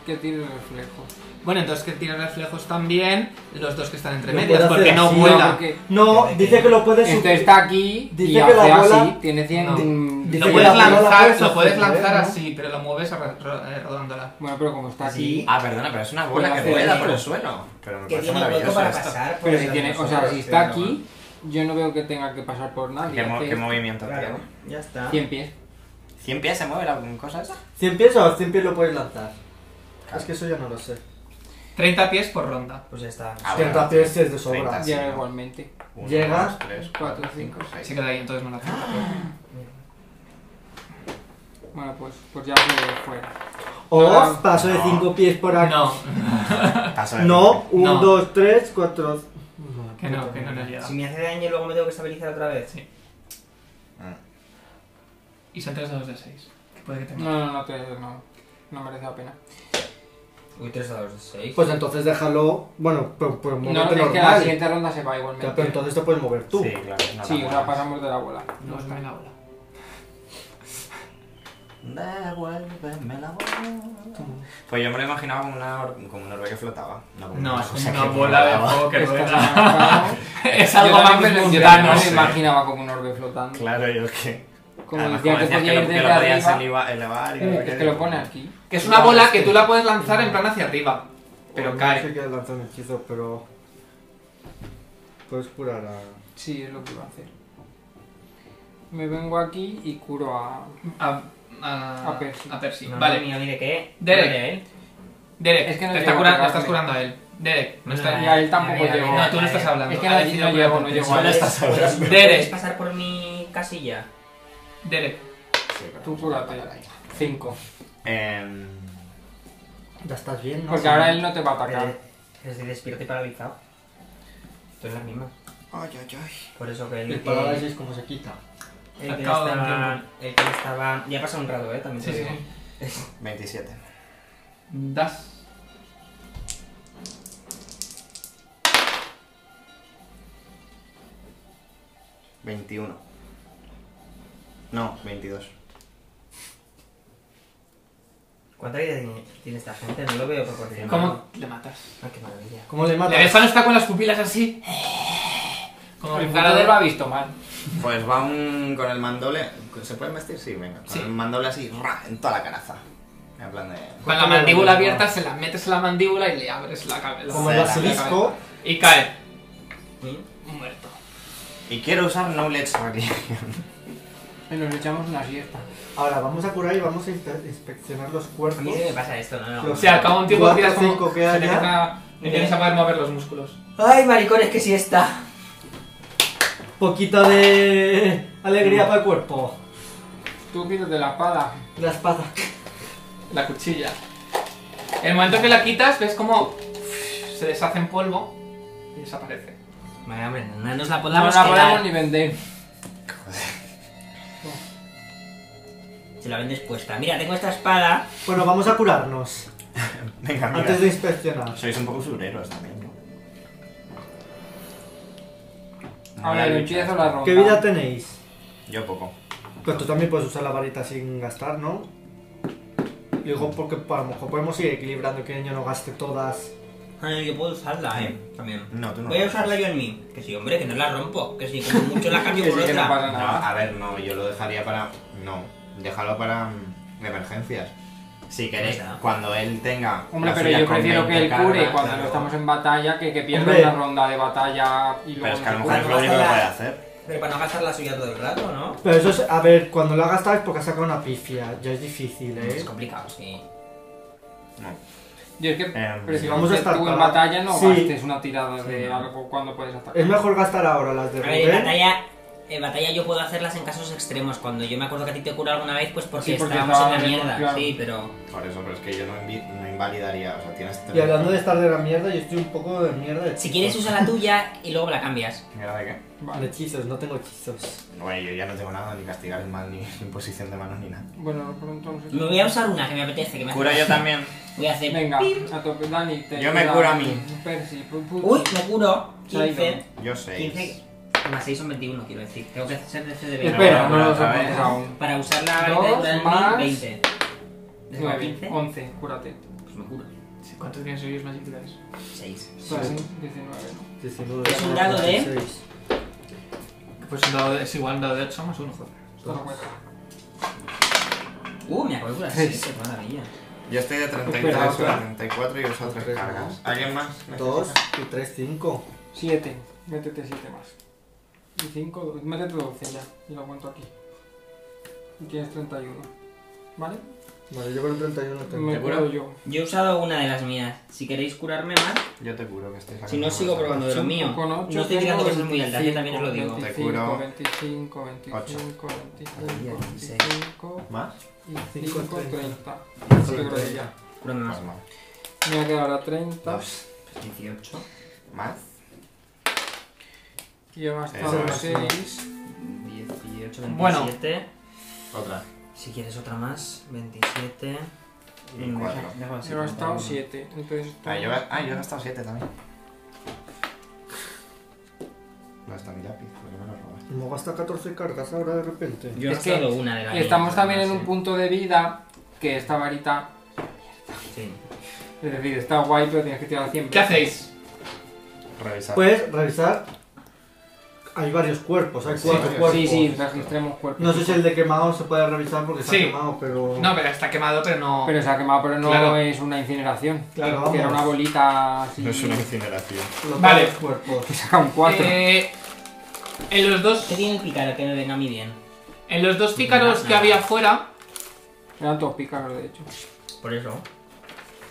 E: que tiene reflejo.
A: bueno, entonces que tiene reflejos también los dos que están entre
D: Lo
A: medias
D: puedo
A: porque
D: hacer
A: no
D: así,
A: vuela.
E: Porque
D: No, dice que lo puedes
E: este
D: subir.
E: está aquí
D: Dice
E: y
D: que
E: hace
D: la bola-
E: así, tiene 100...
A: No.
E: mm,
D: Dice
A: Lo
D: que
A: puedes
D: la bola la
A: lanzar,
D: puedes
A: lo puedes
D: hacer,
A: lanzar
D: ¿no?
A: así, pero lo mueves eh, re- re- redondola.
E: Bueno, pero como está aquí...
C: Ah, perdona, pero es una bola
E: Pues
C: que
E: hace
C: vuela por
E: eso.
C: el suelo. Pero me
B: Que
C: parece
B: tiene hueco
C: maravilloso
B: para
C: esto.
B: pasar. por
E: Pero si
B: los
E: tiene... O sea,
B: nosotros,
E: si está
B: sí, no,
E: aquí, yo no veo que tenga que pasar por nadie.
C: ¿Qué, mo-
E: hace
C: qué movimiento
B: Claro,
C: tiene?
B: ya está.
E: 100 pies.
C: ¿100 pies se mueve la cosa esa?
D: 100 pies o 100 pies lo puedes lanzar.
C: Claro.
D: Es que eso ya no lo sé.
A: 30 pies por ronda.
B: Pues ya está.
C: Ah,
D: 100
C: bueno,
D: pies es de sobra.
C: 30. Así,
E: Llega
C: ¿no?
E: igualmente.
C: Uno,
D: Llega.
C: dos, tres,
E: Cuatro,
C: cuatro,
E: cinco,
C: cinco,
A: Se
C: seis.
A: queda ahí, entonces no la cuento.
E: Bueno, pues, pues ya fue fuera.
D: O
E: Ah,
D: paso de
C: no.
D: 5 pies por aquí.
A: No,
C: Paso de
D: No,
A: No.
D: 1, 2, 3, 4.
A: que no, que no nos llega.
B: Si me hace daño, luego me tengo que estabilizar otra vez.
C: Ah,
A: Y son 3 dados de 6. Que puede que te
E: No, no, no, te- no, no merece la pena.
B: Uy, 3 a 2, 6.
D: Pues entonces déjalo. Bueno, pues, pues
E: No,
D: muévete
E: es que la
D: normal.
E: siguiente ronda se va
D: Ya, pero
E: igualmente.
D: entonces te puedes mover tú.
C: Sí, claro. no
E: Sí,
C: la
E: o sea,
C: mueves.
E: pasamos de la bola.
A: No está en la bola.
C: Devuélveme la bola. Pues yo me lo imaginaba como una, or- como una orbe que flotaba. No, como
A: No, es
C: cosa
A: una
C: que
A: bola de
C: flotaba.
A: fuego que
E: Esta
A: rueda.
E: se me acaba.
A: Es
E: Yo
A: algo más
E: también me- yo
A: mundano.
E: también me
C: sí.
E: imaginaba como un orbe flotando.
C: Claro, yo que.
E: Como
C: Además,
E: decía que
C: decías
E: podía
C: lo-
E: ir
C: que lo
E: desde
C: podías
E: arriba.
C: elevar- elevar y no sé
E: Es
C: qué.
E: que lo pone aquí.
A: Que es una bola que tú la puedes lanzar en plan hacia arriba, pero
D: no sé
A: cae.
D: qué lanzar un hechizo, pero. Puedes curar a.
E: Sí, es lo que iba a hacer. Me vengo aquí y curo a...
A: A, a,
E: A Percy.
A: a Percy.
B: No,
A: vale,
B: no, mira, mire qué.
A: Derek.
B: Mire, eh.
A: Derek,
E: Es que no
A: te
E: llego
A: está
E: a
A: curando,
E: pegarle.
A: estás curando a él. Derek, no,
B: No,
A: está.
E: Y a él tampoco
B: Mira,
E: llegó.
B: mira,
A: Ah, No, tú no estás hablando.
E: Es que
A: Ha
E: no-
A: decidido
E: no
A: cuidar
E: llego,
A: con
E: no
A: él.
E: llego.
C: Solo estás hablando.
B: ¿Puedes
A: Derek,
B: pasar por mi casilla?
A: Derek.
C: Sí, pero
E: Tú
C: no voy a
E: cúrate.
C: parar ahí.
E: 5.
C: Em,
D: Ya estás bien, ¿no?
E: Porque ahora él no te va a
B: Pero
E: atacar.
B: pero estoy despierto y paralizado. Tú eres la misma.
C: Ay, ay, ay.
B: Por eso que el
D: El
B: que,
D: parálisis, como se quita?
B: el que
A: Acabo de
B: estaba,
A: entender.
B: el que estaba... Ya ha pasado un rato, eh, también te
A: Sí, sí.
B: digo.
C: 27.
A: Das.
C: ¿21? No, 22.
B: ¿Cuánta vida tiene, tiene esta gente? No lo veo proporcionado.
A: ¿Cómo le matas?
B: Ah, qué maravilla.
D: ¿Cómo le
A: Le
D: matas?
A: ves cuando está con las pupilas así. Como
E: El
A: cara de
E: jugador lo ha visto mal.
C: Pues va un. con el mandole. ¿Se pueden vestir? Sí, venga. Con
A: Sí.
C: el mandole así, ra, en toda la caraza. En plan de.
A: Con la mandíbula abierta, se la metes en la mandíbula y le abres la cabeza.
D: Como el
C: la
D: basilisco.
A: Y cae.
B: ¿Sí?
A: Muerto.
C: Y quiero usar Knowledge Religion.
E: Y nos echamos una siesta.
D: Ahora vamos a curar y vamos a inspe- inspeccionar los
B: A
D: cuerpos.
B: mí sí me pasa esto, ¿no?
A: O sea, al cabo de un tiempo
D: Cuatro,
A: tiras como.
D: cinco
A: Se
D: que
A: te
D: haya.
A: queda- empiezas a poder mover los músculos.
B: ¡Ay, maricones, que sí está!
D: Poquito de alegría para el cuerpo.
E: Tú quítate la espada.
D: La espada.
A: La cuchilla. En el momento que la quitas, ves como se deshace en polvo y desaparece.
B: Vaya, hombre, no nos la
E: No
B: podamos
E: la
B: quedar.
E: podemos ni vender.
B: Se la vendes puesta. Mira, tengo esta espada.
D: Bueno, vamos a curarnos.
C: Venga, mira.
D: Antes de inspeccionar.
C: Sois un poco usureros también, ¿no?
E: Ahora yo
C: Mola
E: empiezo
C: luchar.
E: la ronda.
D: ¿Qué vida tenéis?
C: Yo poco.
D: Pues tú también puedes usar la varita sin gastar, ¿no? Digo, porque a lo mejor podemos ir equilibrando que el niño no gaste todas.
B: Ay, yo puedo usarla,
E: Mm,
B: eh. También.
C: No, tú no.
B: Voy a usarla yo en mí. Que sí, hombre, que no la rompo. Que sí, como mucho la cambio
E: Que
B: por
E: sí, que no
B: otra.
E: pasa
C: No,
E: nada.
C: a ver, no, yo lo dejaría para. No, déjalo para mm, emergencias. Si queréis,
B: Ya está.
C: cuando él tenga.
E: Hombre,
C: la
E: pero
C: suya
E: yo
C: con
E: prefiero que
C: 20
E: él cure
C: cargas,
E: cuando
C: claro.
E: no estamos en batalla que que pierda
D: Hombre.
E: una ronda de batalla y luego
C: Pero es que a lo
E: no
C: mejor es
E: cure.
C: lo único que puede hacer.
B: Pero para no gastar la suya todo el rato, ¿no?
D: Pero eso es, a ver, cuando lo ha ¿eh? gastado es porque ha sacado una pifia. Ya es difícil,
B: Es
D: ¿eh?
B: complicado, sí.
C: No.
E: Yo es que
C: Em,
E: prefiero
D: si vamos a
E: que
D: estar
E: tú en
D: para-
E: batalla no
D: Sí.
E: gastes una tirada
B: Sí,
E: de
B: no.
E: algo cuando puedes atacar.
D: Es mejor gastar ahora las de
B: A ver, en
D: Rubén.
B: batalla, en batalla yo puedo hacerlas en casos extremos. Cuando yo me acuerdo que a ti te cura alguna vez, pues porque,
E: Sí, porque
B: estábamos en la
E: estábamos en-
B: mierda.
E: claro.
B: Sí, pero.
C: Por eso, pero es que yo no, invi- no invalidaría. O sea, tienes.
D: Y hablando de estar de la mierda, yo estoy un poco de mierda de
B: Si quieres, usa la tuya y luego la cambias.
C: Mira, ¿de qué?
D: Vale, hechizos, no tengo hechizos.
C: Bueno, yo ya no tengo nada, ni castigar el mal, ni imposición de manos, ni nada.
E: Bueno, por entonces.
B: Me voy a usar una que me apetece, que me hace
C: Cura yo también.
B: Voy a hacer.
E: Venga, a tope, Dani. Te
C: Yo me
E: da-
C: curo a mí.
E: Percy, pu- pu-
B: Uy, me curo. 15.
E: Traigo.
C: Yo seis.
B: 15 más 6 son 21, quiero decir. Tengo que hacer DC de 20.
E: Eh, Espera, no
C: Ahora,
E: lo has
C: otra vez.
E: apuntado aún.
B: Para usar la
E: Dos
B: varita de
E: más
B: 20. ¿Tengo
E: 9,
B: 15?
E: 11, cúrate.
B: Pues me curo.
A: Sí, ¿Cuánto tienes ellos más dificultades?
B: 6.
E: Tú eres un 19, ¿no?
B: Es un dado de-
A: Pues un dado de- es igual un dado de 8 más 1, joder.
E: Esto no cuenta.
B: Uh, me acabo de curar
D: Tres.
B: 6. Qué maravilla.
C: Yo estoy de
E: Espera,
C: 33
E: espera.
C: a 34 y uso tres
D: Tres, ¿no?
C: cargas. ¿Alguien más?
D: 2 y 3, 5.
E: 7, métete 7 más. Y 5, métete 12 ya, y lo cuento aquí. Y tienes 31. ¿Vale?
D: Vale, yo con el 31 tengo.
E: Me
C: cura?
E: curo yo.
B: Yo he usado una de las mías. Si queréis curarme más,
C: Yo te curo que estoy sacando.
B: si no
C: más.
B: sigo probando de lo mío.
E: Con ocho
B: No estoy tirando
E: tengo
B: cosas muy altas, yo también os lo digo.
E: 25,
C: Te curo.
E: 25, 25, 25,
B: Maravilla, 16.
E: 25
C: ¿Más?
E: y
D: Cinco,
E: 5, 30.
B: Sí,
E: Yo creo que ya.
B: Curarme más.
C: Más, más.
E: Me voy a quedar a 30.
C: Dos.
B: 18.
C: Más.
E: Y yo he gastado
C: Eso es.
E: 6.
B: 18, 27.
A: Bueno.
C: Otra.
B: Si quieres otra más, 27.
C: Y
B: Mm,
C: cuatro.
B: deja- deja así,
E: He gastado
B: contando.
E: 7. Entonces.
C: Ah, yo, ah, yo he gastado 7 también. No está mi lápiz, porque me lo robaste.
D: Hemos gastado 14 cargas ahora de repente.
B: Yo he
E: Es que
B: gastado una de las mías,
E: Estamos también en
B: además,
E: un punto de vida que esta varita.
B: ¿eh? Sí.
E: Es decir, está guay, pero tienes que tirar 100.
A: ¿Qué hacéis?
C: Revisar.
B: Pues,
D: Puedes revisar. Hay varios cuerpos, hay
C: Sí,
D: cuatro
C: varios.
D: cuerpos.
E: Sí, sí, registremos cuerpos.
D: No sé si el de quemado se puede revisar porque se
A: Sí.
D: ha quemado, pero.
A: No, pero está quemado, pero no.
E: Pero se ha quemado, pero no
A: Claro.
E: es una incineración.
D: Claro,
E: Que era
D: vamos.
E: una bolita así.
C: No es una incineración.
D: Los
A: Vale.
D: varios cuerpos.
E: Que saca un 4.
A: Eh, en los dos.
B: ¿Qué tiene el pícaro que me venga a mí bien?
A: En los dos pícaros que había afuera.
E: Eran todos pícaros, de hecho.
B: Por eso.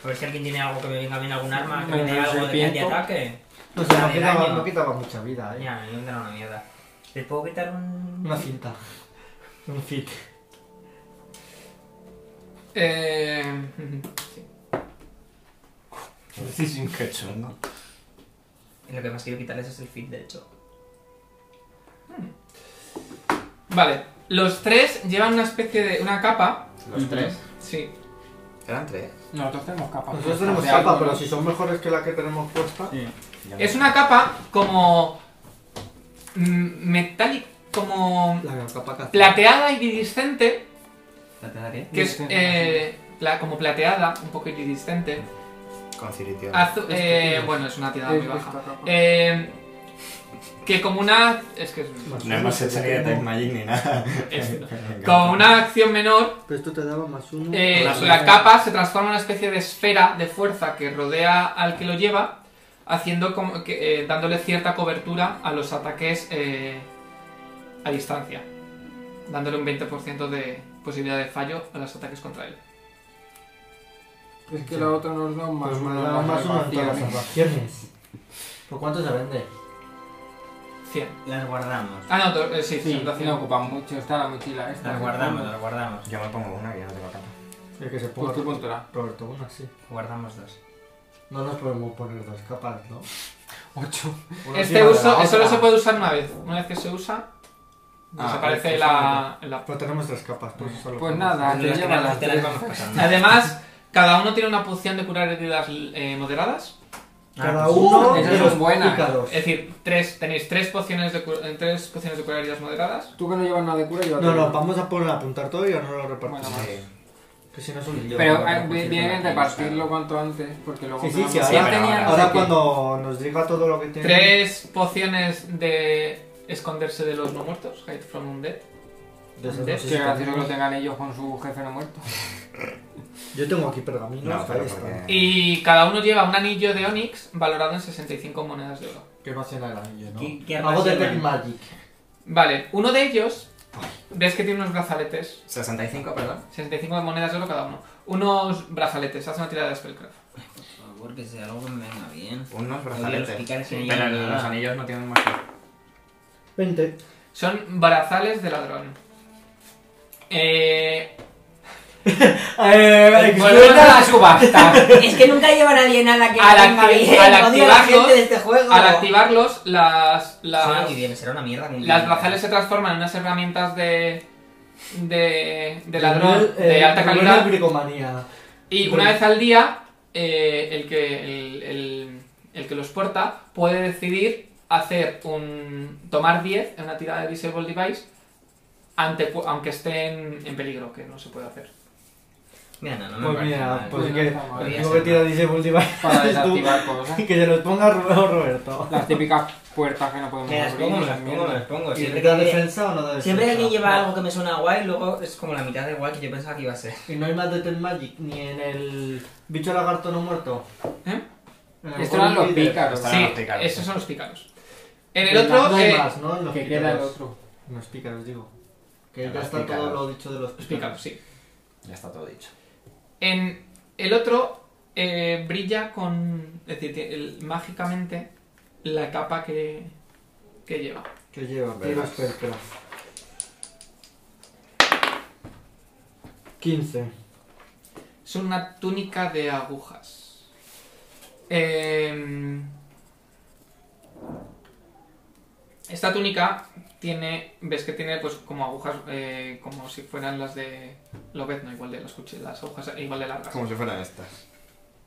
B: A ver si alguien tiene algo que me venga bien, algún arma, que
E: Me
B: me dé
E: venga
B: algo de, de
E: serpiente.
B: ataque.
D: No sé, no
B: Dale
D: quitaba,
B: daño.
D: no quitaba mucha vida, eh.
B: Ya, me vendrá una mierda. ¿Les puedo quitar un...?
D: Una cinta. Un fit.
A: Eh,
C: Sí, sí, qué chulo.
B: Lo que más quiero quitarles es el feed, de hecho.
A: vale. Los tres llevan una especie de. una capa.
C: ¿Los tres?
A: Sí.
C: ¿Eran tres?
E: Nosotros tenemos capa.
D: Nosotros tenemos
E: De algo,
D: capa,
E: ¿no?
D: pero si son mejores que la que tenemos puesta.
B: Sí.
C: Ya
A: Es
C: no-
A: una capa como. mm, metálica. como.
D: La capa que hace.
A: plateada iridiscente.
B: ¿La te da qué?
A: Que es eh, pla- como plateada, un poco iridiscente.
C: Con ciritión.
A: Azu-
D: Es
A: eh,
D: pequeña.
A: bueno, es una tirada
E: Es
A: muy baja.
E: esta capa.
A: Eh, que como una. Es que es.
D: Más
C: No
D: uno,
C: hemos hecho ni de Time
D: pero-
C: Magic ni nada.
A: Esto.
C: Me encanta.
A: Como una acción menor,
D: Pero esto te daba más uno.
A: eh,
C: Una
A: la
C: fuerza.
A: capa se transforma en una especie de esfera de fuerza que rodea al que lo lleva, haciendo como que, eh, dándole cierta cobertura a los ataques eh, a distancia, dándole un 20% de posibilidad de fallo a los ataques contra él.
E: Es que la otra nos da un más
D: Pues me
E: uno
D: daba
E: en
D: más
E: las
D: uno en todas las
E: salvaciones.
D: salvaciones. ¿Por cuánto se vende?
A: 100.
B: Las guardamos.
A: Ah, no, to- eh, sí,
E: Sí,
A: sí,
E: no ocupa mucho, está la mochila esta.
B: Las
E: sí,
B: guardamos,
E: bueno.
B: las guardamos.
C: Yo me pongo una que ya no tengo capa.
D: El que se
E: Pues
D: ponga.
E: tú puntuará.
D: Roberto, una sí.
B: Guardamos dos.
D: No nos podemos poner dos capas, ¿no?
E: 8.
A: Este
D: Una encima de la
A: uso
D: otra.
A: solo se puede usar una vez. Una vez que se usa, desaparece
D: pues,
A: la- la
D: Pero tenemos tres capas, pues solo.
E: Pues
D: podemos-
E: nada,
B: Nos
E: te
B: las
E: lleva
B: quedamos
E: las
B: y te las
E: tres.
B: vamos pasando.
A: Además, cada uno tiene una poción de curar heridas eh, moderadas.
D: Cada
B: Ah, pues,
D: uno
E: esas
D: de
E: son
D: los
E: buenas.
D: pícaros.
A: Es decir, tres, tenéis tres pociones de, cu- eh, tres pociones de curar heridas moderadas.
E: Tú que no llevas nada de cura, yo
D: No, no, vamos a poner a apuntar todo y ya no lo repartimos.
E: Bueno,
C: Sí.
D: que si no es un lío.
E: Pero
D: Bueno,
E: eh,
D: pues,
E: vi- bien
D: sí,
E: repartirlo cuanto antes, porque luego...
D: Sí, sí, sí,
E: Ya
D: ahora-
E: tenía no sé
D: Ahora
E: qué.
D: cuando nos diga todo lo que tiene.
A: Tres pociones de esconderse de los no muertos, hide from undead.
D: de esos no
A: Qué
D: sé si
E: Qué gracioso que lo
D: tenemos.
E: tengan ellos con su jefe no muerto.
D: Yo tengo aquí pergaminos,
C: No,
D: ahí
C: pero
D: está.
C: porque...
A: Y cada uno lleva un anillo de onix valorado en 65 monedas de oro.
D: Que no hacen el anillo, ¿no?
B: ¿Qué- qué
D: Hago de
B: armas
D: Tech
B: llevan?
D: Magic.
A: Vale, uno de ellos ves que tiene unos brazaletes,
C: 65, perdón.
A: 65 de monedas de oro cada uno. Unos brazaletes, hace una tirada de spellcraft.
B: Por favor, que sea algo que me venga bien.
C: Unos
B: Odio los
C: brazaletes.
B: picares que no
C: Pero
B: llevan
C: ni
B: nada.
C: los anillos no tienen más.
D: 20.
A: Son barazales de ladrón. Eh,
D: Eh,
A: Volvemos a la
D: subasta.
F: Es que nunca lleva nadie nada que
A: Al
F: me venga
A: acti-
F: bien.
A: al
F: Odio a la
A: activarlo-
F: gente de este juego.
A: al activarlos, las,
B: Suena
A: las,
B: muy bien, será una mierda. con-
A: las brazales se transforman en unas herramientas de, de, de ladrón
D: Eh,
A: de alta
D: nivel
A: calidad.
D: bricomanía.
A: Y una vez al día, eh, el, que, el, el- el que los porta puede decidir hacer un. tomar 10 en una tirada de Disable Device, ante, cu- aunque esté en, en peligro, que no se puede hacer.
B: Mira, no, no me
D: Pues
B: parece
D: mira,
B: mal.
D: pues
E: Pues
D: que
E: no,
D: el
B: podría
D: único que
B: ser
D: tira dice Multivac
E: Para
D: es tú.
E: desactivar cosas.
D: Que se los ponga Ru- Roberto.
E: Las típicas puertas que no podemos
B: Me las
E: abrir.
B: pongo, me
E: esas
B: las pongo, me
E: mierdas.
B: las pongo.
D: ¿Y
B: Pues Siempre
D: da
B: que,
D: defensa o no da defensa?
B: siempre que alguien lleva algo que me suena guay, luego es como la mitad de guay que yo pensaba que iba a ser.
D: Y no hay más de Ten Magic ni en el bicho lagarto no muerto.
A: ¿Eh?
D: En el
E: Estos eran los
D: Golden Leader.
E: pícaros.
C: Estarán
A: sí,
C: los pícaros.
A: esos son los pícaros. En el
D: No
A: otro.
D: hay
A: eh,
D: más, ¿no? En los
E: Que queda el
D: pícaros.
E: otro.
D: En los pícaros, digo. Que
C: En
D: ya
C: los
D: está todo
C: pícaros.
D: lo dicho de los
A: los pícaros, sí.
C: Ya está todo dicho.
A: En el otro eh, brilla con. Es decir, tie- el- mágicamente la capa que, que lleva.
D: Que lleva, tiro
C: Verás.
D: espectro. 15.
A: Es una túnica de agujas. Eh, esta túnica tiene. Ves que tiene pues como agujas. eh, como si fueran las de. Lobezno, igual de las cuchillas, las agujas igual de largas.
C: Como si fueran estas.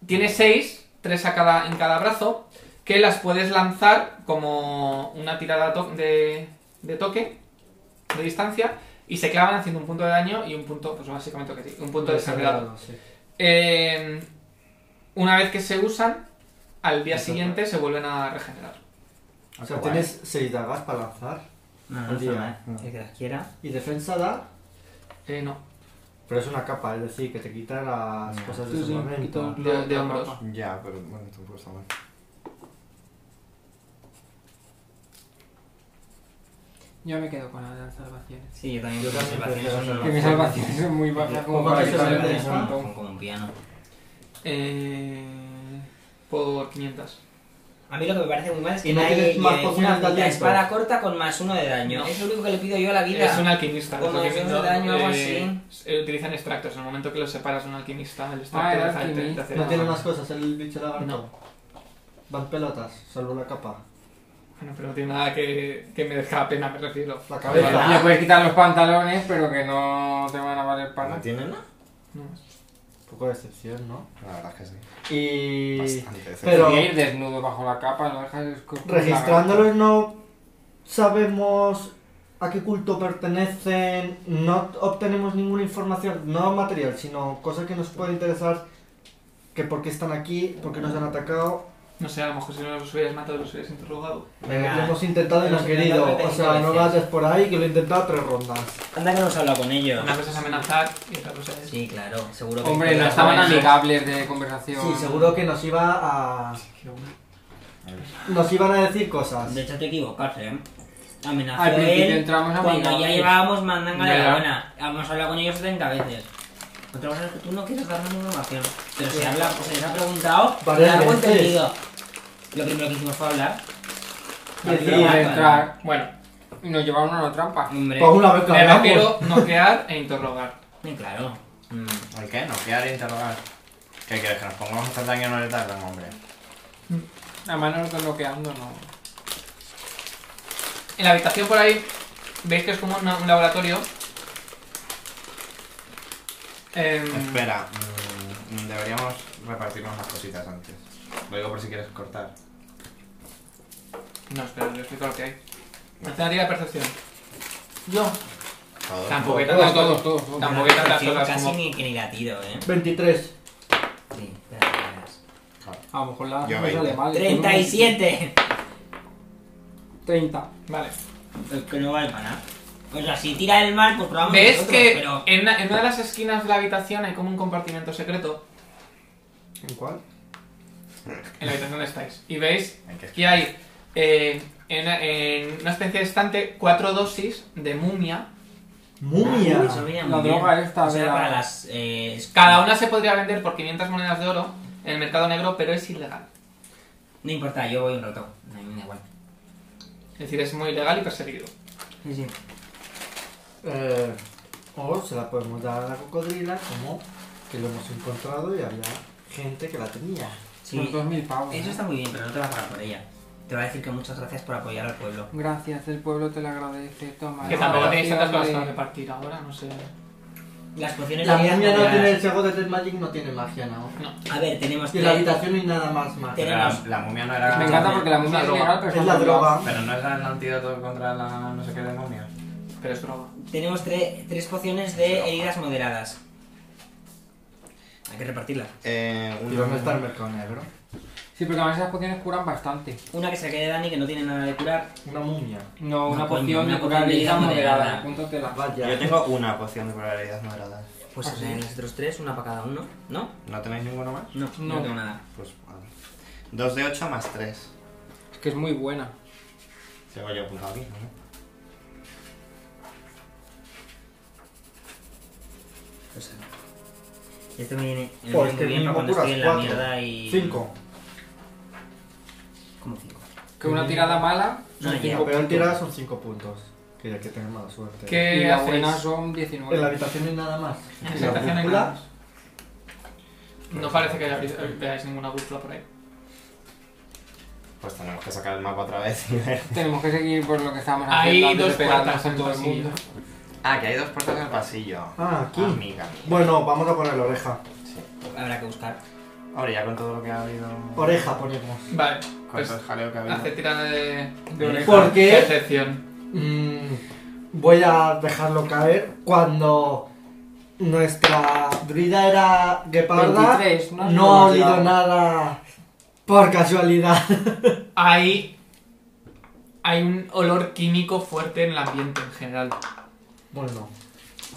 A: Tiene seis, tres a cada, en cada brazo, que las puedes lanzar como una tirada to- de, de toque, de distancia, y se clavan haciendo un punto de daño y un punto, pues básicamente lo que te- un punto de sangrado.
D: sí.
A: Eh, una vez que se usan, al día
D: Exacto.
A: siguiente se vuelven a regenerar.
C: Ah,
D: O sea, tienes 6 dagas para lanzar.
B: No, no,
D: Al día.
B: está mal.
C: No.
B: El que las quiera.
D: Y defensa da.
A: Eh, no,
D: Pero es una capa, es decir, que te quita las
C: No.
D: cosas de
E: Sí, sí,
D: salvamento.
E: quito
A: De-
E: la-
A: de
E: la
A: hombros.
E: capa.
C: Ya, pero bueno, tampoco está mal.
E: Yo me quedo con las salvaciones.
B: Sí, yo también.
D: Yo
B: mis
D: también
B: salvaciones
D: prefiero
B: son
D: las
E: Que
B: las-
E: mis salvaciones son muy bajas como
D: ¿Cómo
E: para
D: que
E: que
D: se
E: salgan
D: salve?
E: de
D: salvaciones
B: son
E: tanto.
B: como- como un piano.
A: Eh, por 500.
B: A mí lo que me parece muy mal es que
D: Y no
B: nadie
D: tienes más
B: lleve
D: pociones
B: una
D: de
B: puta
D: aliento.
B: espada corta con más uno de daño.
A: No.
B: Es lo único que le pido yo a la vida.
A: Es un alquimista.
B: Como
A: es lo que
B: hace
A: me-
B: daño o algo
A: eh, eh, Utilizan extractos. En el momento que los separas de un alquimista, el extracto
E: Ah,
A: te
E: era
A: deja- te- te
E: alquimista.
A: hace
D: No
A: daño.
D: tiene más cosas el bicho lagarto.
A: No.
D: Van pelotas, salvo la capa.
A: Bueno, pero no tiene nada que, que me deja pena, me refiero.
D: La
E: Oye,
D: cabeza.
E: Le puedes quitar los pantalones, pero que no te van a valer para
C: ¿No
E: nada.
C: tienen nada?
A: No.
D: Un poco de excepción, ¿no?
C: La verdad es que sí.
D: Y.
C: Bastante.
D: pero-
E: Voy a ir desnudo bajo la capa, no dejas de escupir la gata.
D: Registrándolos no sabemos a qué culto pertenecen, no obtenemos ninguna información, no material, sino cosas que nos pueden interesar, que por qué están aquí, por qué nos han atacado.
A: No sé, a lo mejor si no los hubieras matado, los hubieras interrogado.
D: lo
B: Venga,
D: hemos intentado y no
B: hemos
D: han
B: intentado
D: querido. O
B: 35
D: sea, no
B: veces.
D: vayas por ahí que lo he intentado tres rondas.
B: anda que no has hablado con ellos.
A: Una cosa es amenazar y otra cosa es.
B: Sí, claro, seguro que.
E: Hombre, no estaban amigables de conversación.
D: Sí, seguro que nos iba a. Nos iban a decir cosas.
B: De hecho, te equivocas, eh.
E: Al
B: Amenazó
E: principio
B: él
E: entramos
B: cuando ya
E: amigables.
B: llevábamos mandanga de
A: Ya.
B: la buena. Hemos hablado con ellos 30 veces. Otra cosa es que tú no quieres darnos información. Pero si habla, pues, se les ha preguntado,
D: Varias
B: algo
D: veces.
B: entendido. Lo primero que hicimos fue hablar.
D: Decir,
E: Al entrar,
A: Bueno,
E: nos llevaron a una trampa.
B: Hombre,
D: Pues una vez que
A: me
D: hablamos.
A: refiero noquear e interrogar.
B: muy claro. Mm.
C: ¿El qué? ¿No quedar interrogar? ¿Qué quieres? ¿Que nos pongamos a hacer daño no le tardan, hombre?
E: Además, nosotros bloqueando no.
A: En la habitación por ahí, veis que es como una- un laboratorio. Em,
C: Espera, mm, deberíamos repartirnos las cositas antes. Lo digo por si quieres cortar.
A: No, espera, os explico lo que hay. Hace una tira de percepción.
E: Yo.
C: Todo.
A: Tampoco hay
E: Todos,
A: tantas
E: todos,
A: cosas.
E: todos. todos.
A: Tampoco hay tantas
B: Sí,
A: cosas
B: casi
A: como.
B: ni, que ni la tiro, eh.
D: 23.
B: Sí, espera, espera, espera.
C: Claro.
E: A lo mejor la
C: Yo
E: no sale
C: 20.
D: ¿eh?
E: mal.
B: 37.
E: 30.
A: Vale.
B: Es que no vale para nada. O sea, si tira el mal, pues probamos
A: ¿Ves
B: nosotros,
A: que
B: pero...
A: en, una, en una de las esquinas de la habitación hay como un compartimento secreto?
D: ¿En cuál?
A: En la habitación donde estáis. Y veis
C: ¿En qué?
A: que hay eh, en, en una especie de estante cuatro dosis de mumia.
D: Mumia.
B: Eso venía
E: La
B: muy bien.
E: droga esta
B: O sea,
E: de la-
B: para las... eh,
A: Cada una se podría vender por 500 monedas de oro en el mercado negro, pero es ilegal.
B: No importa, yo voy un rato. A mí me da igual.
A: Es decir, es muy ilegal y perseguido.
B: Sí, sí.
D: Eh, o se la podemos dar a la cocodrila como que lo hemos encontrado y había gente que la tenía.
E: Los 2.000 pavos.
B: Eso
E: ¿eh?
B: está muy bien, pero no te va a pagar por ella. Te va a decir que muchas gracias por apoyar al pueblo.
E: Gracias, el pueblo te lo agradece. Toma.
A: Que
E: la
A: tampoco
E: ración
A: tenéis tantas cosas
E: de-
A: para repartir ahora, no sé.
B: Las pociones
D: La
B: de vida
D: momia no
B: las-
D: tiene el chego de Dead Magic, no tiene magia, ¿no?
B: A ver, tenemos
D: Y en la
B: tres-
D: habitación no hay nada más magia.
C: Pero la,
B: Tenemos-
C: la momia no era.
E: Me encanta porque la momia
A: Es
E: es
A: la
E: legal,
A: droga.
E: pero
D: Es la droga.
C: Pero no era el antídoto contra la no sé qué demonia.
A: Pero es droga.
B: Tenemos tre- tres pociones de
D: ah.
B: heridas moderadas. Hay que repartirlas.
C: Eh,
D: Y dónde está el mercado negro.
E: Sí, porque además esas pociones curan bastante.
B: Una que se quede Dani, que no tiene nada de curar.
D: Una momia.
E: No, una
B: No, coño,
E: poción
B: una
E: de curar
B: poción de
E: vida
B: vida
E: moderada.
B: moderada.
E: Apúntatela.
D: Ah, Vaya.
C: Yo tengo una poción de probabilidad moderada.
B: Pues
E: ¿Ah, sí?
B: en nosotros tres, una para cada uno. ¿No?
C: ¿No tenéis ninguno más?
B: No, no,
E: No.
B: tengo nada.
C: Pues vale. 2 de 8 más 3.
E: Es que es muy buena.
C: Sigo yo apuntado aquí, ¿no?
B: Pues, eh, esto me viene, me viene muy bien
D: Pues que
B: para
D: mínimo
B: cuando
D: curas
B: estoy en la
D: cuatro.
B: mierda y...
D: Cinco.
B: ¿Cómo cinco?
E: Que una tirada mala son
B: Ah, ya.
E: cinco
D: La peor
E: puntos.
D: tirada son cinco puntos. Que ya que tenga mala suerte.
E: Y
A: ¿Qué
E: la buena
A: hacéis?
E: son
D: En la
E: 19.
D: habitación no hay nada más.
A: En la
D: La
A: habitación hay
D: brújula,
A: nada más. No parece que haya- veáis ninguna brújula por ahí.
C: Pues tenemos que sacar el mapa otra vez y ver.
E: Tenemos que seguir por lo que estábamos
A: Hay
E: haciendo. antes
A: dos
E: de pegarnos
A: puertas en
E: a todo el
A: pasillo.
E: mundo.
C: Ah, que hay dos puertas en el pasillo.
D: Ah, aquí.
C: Amiga.
D: Bueno, vamos a poner la oreja.
C: Sí.
B: Habrá que buscar.
C: Ahora ya con todo lo que ha habido.
D: Oreja ponemos.
A: Vale,
C: Con
A: pues
C: todo el jaleo que ha habido.
A: hace tirada de,
E: De oreja.
D: ¿Por
A: de
D: qué?
A: percepción.
D: Mm, voy a dejarlo caer cuando nuestra druida era gueparda.
E: 23,
D: No,
E: no,
D: ha olido
E: llegado.
D: nada por casualidad.
A: Hay, hay un olor químico fuerte en el ambiente en general.
D: Bueno,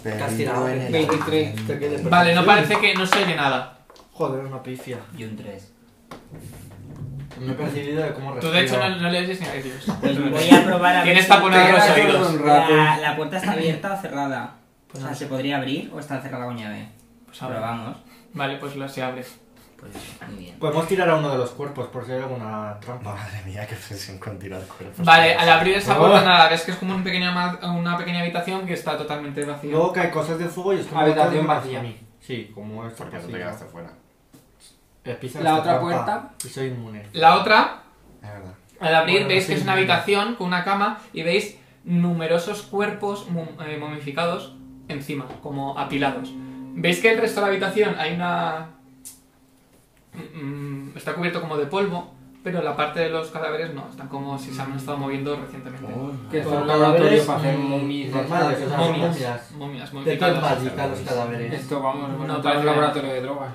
C: Pero
D: has tirado
C: en el-
E: 23.
D: te quedé per-
A: Vale, no
D: Sí.
A: parece que no se oye nada.
D: joder, una pifia.
B: Y un tres.
D: Me he percibido de cómo
A: Tú
D: respiro.
A: de hecho no, no le oyes ni a ellos.
B: Pues voy a probar a ver
A: Tienes
B: si-
A: taponado
E: te
A: los
E: quedas
A: oídos.
E: con-
B: La, la puerta está abierta o cerrada.
D: Pues
B: o sea,
D: no
B: ¿se podría abrir o está cerrada con llave?
A: Pues abre.
B: Probamos.
A: Vale, pues la se abre.
B: Pues muy bien.
D: Podemos tirar a uno de los cuerpos por si hay alguna trampa.
C: Madre mía, qué presión con tirar cuerpos.
A: Vale, al abrir esa
D: Oh.
A: puerta nada, ves que es como un pequeño ama- una pequeña habitación que está totalmente vacía.
D: Luego cae cosas de fuego y es como
E: Habitación
D: otra
E: vacía.
D: a mí. Sí, como esto.
C: Porque tú
D: así,
C: te
D: ¿no?
C: quedaste fuera.
D: Eh, pisa
E: La
D: esta
E: otra
D: trampa
E: puerta.
D: Y soy inmune.
A: La otra,
C: Es verdad.
A: al abrir
D: Bueno,
A: veis
D: sí,
A: que es una
D: mira.
A: habitación con una cama y veis numerosos cuerpos mum- eh, momificados encima, como apilados. Veis que el resto de la habitación hay una... Mm, mm, está cubierto como de polvo, pero la parte de los cadáveres no, están como si se han estado moviendo recientemente.
D: Oh.
E: Que son
D: Con
E: un laboratorio
D: cadáveres,
E: para hacer
D: mm,
E: momias.
D: normales, o sea, son
A: momias,
D: momias.
A: momias
D: De tal
A: momificadas.
D: mágica los cadáveres.
E: Esto vamos,
A: No
E: bueno, no
A: parece-
E: un laboratorio de drogas.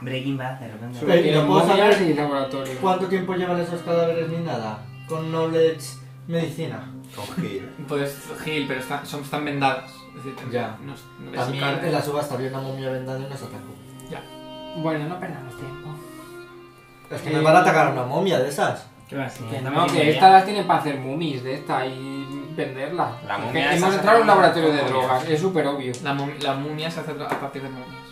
B: Breaking Bad, de repente.
D: Pero,
E: Tiene
D: ¿no puedo
E: momias
D: saber
E: y laboratorio.
D: ¿Cuánto tiempo llevan esos cadáveres ni nada? Con knowledge medicina.
C: Cogí.
A: Pues Gil, pero están, son, están vendadas. Es decir,
D: Ya.
A: no es- no ves su
D: También
A: cara. ¿eh?
D: en la subasta había una momia vendada y nos atacó.
E: Bueno, no perdamos tiempo.
D: Es
E: Eh.
D: que nos van a atacar una momia de esas.
B: ¿Qué vas?
E: Que no, que estas las tienen para hacer mummies de esta y venderlas.
C: La
E: Que
C: momia esa
E: hemos
C: se
E: entrado en un
C: llama
E: laboratorio de
C: momia.
E: drogas, es súper obvio.
A: La, mom- la momia se hace a a partir de momias.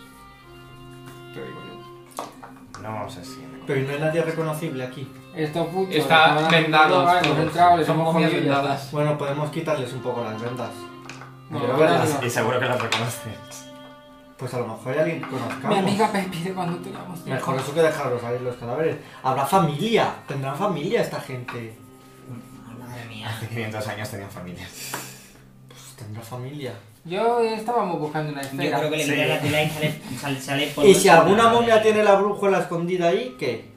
E: Te digo yo.
C: No sé si.
D: Pero y no hay nadie reconocible aquí.
E: Estos putos
A: Está
E: estaban haciendo
A: vendados
E: drogas,
A: todos.
E: Hemos entrado, les
A: Son
E: hemos
A: momias
E: jodido y ya
A: vendadas.
E: está.
D: Bueno, podemos quitarles un poco las vendas.
E: Bueno,
D: Pero
E: ahora
D: verlas,
E: digo,
C: Y seguro que las reconoces.
D: Pues a lo mejor hay alguien que
E: Mi
D: conozcamos.
E: amiga me pide cuando tengamos tiempo.
D: Mejor eso que dejarlos ahí los cadáveres. Habrá familia. Tendrán familia esta gente.
B: Madre mía.
C: Hace 500 años tenían familia.
D: Pues tendrá familia.
E: Yo estábamos buscando una
B: Yo
E: esfera.
B: creo que le
C: Sí.
B: quitas la tela y sale, sale, sale por
D: Y si alguna momia tiene la brújula escondida ahí, ¿qué?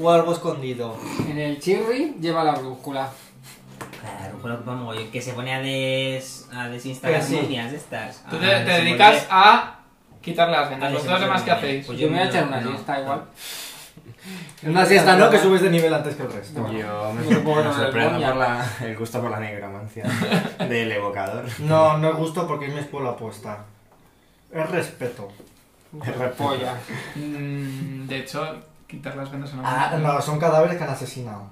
D: O algo escondido.
E: En el chirri lleva la brújula.
B: Claro, con lo que pongo yo, que se pone a, des, a desinstalar
D: Pues sí.
B: momias estas.
A: Tú
B: Ah,
A: te, te
B: se
A: dedicas
B: vuelve-
A: a quitar las vendas.
B: Vale, se
A: ¿Vosotros
B: me
A: demás qué
B: olvidó.
A: hacéis?
B: Pues
E: Yo me voy a echar una
B: no.
E: siesta igual.
D: Una siesta, ¿no? Que subes de nivel antes que el resto.
C: Yo me,
E: Yo me pongo
C: me
E: la
C: sorprendo
E: vergüenza.
C: por la, el gusto por la negromancia del evocador.
D: No, no es gusto porque me expo la apuesta. Es respeto.
E: Polla.
A: Mm, de hecho, quitar las vendas en una momia.
D: Ah, no, son cadáveres que han asesinado.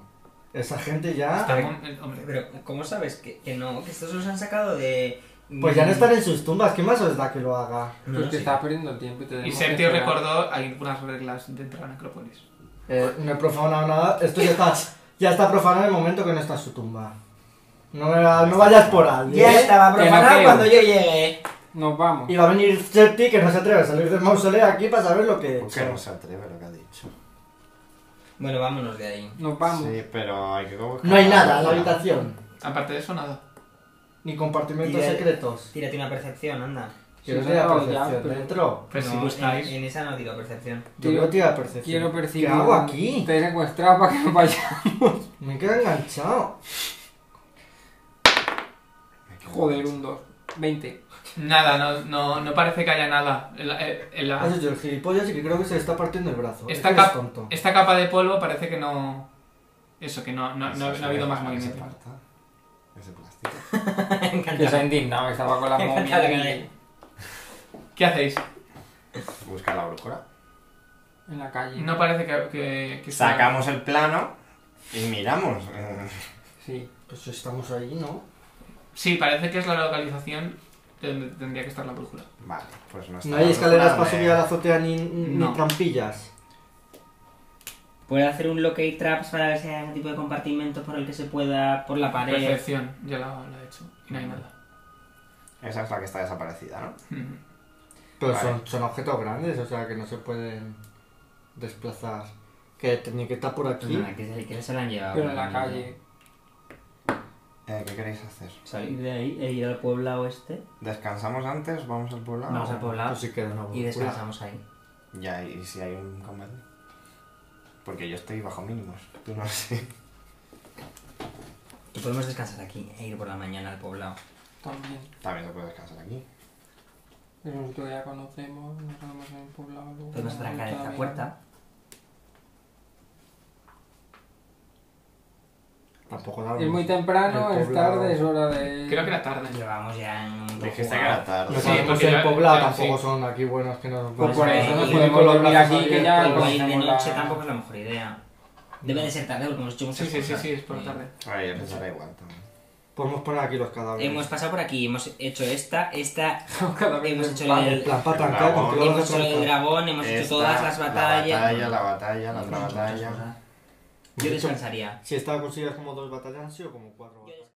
D: Esa gente ya.
A: Está mon- eh, hombre,
B: Pero, ¿cómo sabes que, que no? Que estos los han sacado de,
D: Pues ya no están en sus tumbas, ¿qué más os da que lo haga?
B: No,
E: Pues
B: sí.
E: te estaba perdiendo el tiempo y te
A: Y
E: tenemos que
A: Septio
E: esperar.
A: recordó algunas reglas dentro de la necrópolis.
D: Eh, no he profanado nada, esto ya está, ya está profanado en el momento que no está en su tumba. No, me la- no vayas por ahí.
F: Ya estaba
E: Que no
F: profanado
E: creo.
F: cuando yo llegué.
E: Nos vamos.
D: Y va a venir Septi que no se atreve a salir del mausoleo aquí para saber lo que...
C: Porque no se atreve lo que ha dicho.
B: Bueno, vámonos de ahí.
E: Nos vamos.
C: Sí, pero hay que buscar-
D: No hay nada en la habitación,
A: Aparte de eso, nada.
D: ni compartimentos
B: Y el-
D: secretos.
B: Tírate una percepción, anda.
E: Si
D: Quiero
E: no
D: que haya
E: he dado ya,
D: percepción
E: pero-
D: dentro.
A: Pues si
B: No,
A: gustáis.
B: En, en esa no tiro percepción.
D: Yo
E: Quiero-
D: creo que haya percepción.
E: Quiero percibir.
D: ¿Qué hago aquí?
E: Te he secuestrado para que no vayas.
D: Me quedo enganchado.
C: Hay que
E: Joder, un 2. 20.
A: Nada, no, no, no parece que haya nada. En la- eh, en la-
D: Has hecho el gilipollas y que creo que se le está partiendo el brazo.
A: Está
D: Es que eres
A: cap-
D: tonto.
A: esta capa de polvo parece que no. Eso, que no, no, no-
C: Eso
A: no
C: se
A: ha habido
C: ve,
A: más
C: ese
A: movimiento.
C: plástico. Ese plástico.
B: Me
E: Que se ha
B: encanta.
E: indignado, que estaba con las
B: Me encanta
E: momias.
B: la cara.
E: y-
A: ¿Qué hacéis?
C: Busca la brújula.
E: En la calle.
A: No parece que. que, que sea-
C: Sacamos el plano y miramos. eh,
E: Sí.
D: Pues estamos ahí, ¿no?
A: Sí, parece que es la localización de donde tendría que estar la brújula.
C: Vale, pues no está.
D: No
C: la
D: hay escaleras
C: brújula,
D: para
C: me-
D: subir a la azotea ni, ni
A: No.
D: trampillas.
B: ¿Puedo hacer un locate traps para ver si hay algún tipo de compartimento por el que se pueda, por la pared?
A: Percepción, ya la, la he hecho. Y no hay nada.
C: Esa es la que está desaparecida, ¿no?
A: Ujú.
D: Pero
C: Vale.
D: son, son objetos grandes, o sea que no se pueden desplazar. Que tenía que estar por aquí. pues
B: No, Pues que se, que se la han llevado.
E: Pero en la
B: Ah, Bueno,
E: calle.
C: Eh, ¿Qué queréis hacer?
B: Salir de ahí e ir al poblado este.
C: ¿Descansamos antes? ¿Vamos al poblado?
B: Vamos al poblado
D: Pues sí queda una
B: y
D: brújula.
B: descansamos ahí.
C: Ya, y si hay un combate. Porque yo estoy bajo mínimos. Tú no sé.
B: Y podemos descansar aquí e ir por la mañana al poblado.
E: También.
C: También se puede descansar aquí.
E: Es un sitio que ya conocemos. No sabemos en el poblado. luego
B: Podemos
E: vamos
B: atracar
E: otra
B: esta
E: vez.
B: puerta.
D: Tampoco da
E: Es muy
D: mucho.
E: temprano,
D: El
E: es
D: poblado.
E: tarde, es hora de.
A: Creo que era tarde.
B: Pero vamos ya en un poco
C: Dijiste que era tarde.
D: No
A: Sí,
D: sabemos
A: porque
D: si el
A: ya-
D: poblado
A: ya,
D: tampoco
A: sí.
D: son aquí buenos que nos
E: Pues por
B: Vale,
E: eso nos
B: y-
E: podemos dormir aquí, que ya.
D: Pero
B: Pero ir de
E: conocemos la-
B: noche tampoco es la mejor idea. Debe de ser tarde porque hemos hecho muchas
A: Sí, sí, sí,
B: cosas.
A: sí, es por la
B: Eh,
A: tarde.
C: A ver, yo pensaré igual también.
D: Podemos poner aquí los cadáveres.
B: Eh, Hemos pasado por aquí, hemos hecho esta, esta,
E: Cada vez
B: hemos
E: más.
B: hecho el,
D: En plan para
C: Pero
D: trancar,
C: vamos.
D: con que lo
B: hemos
D: vas a
B: hecho el
D: trancar.
B: dragón, hemos hecho
C: Esta,
B: todas las batallas.
C: La batalla, la batalla, la
B: Hemos
C: otra
B: hecho muchas
C: batalla.
B: cosas. Yo descansaría.
D: Si esta consigues como dos batallas, han sido como cuatro.
B: Yo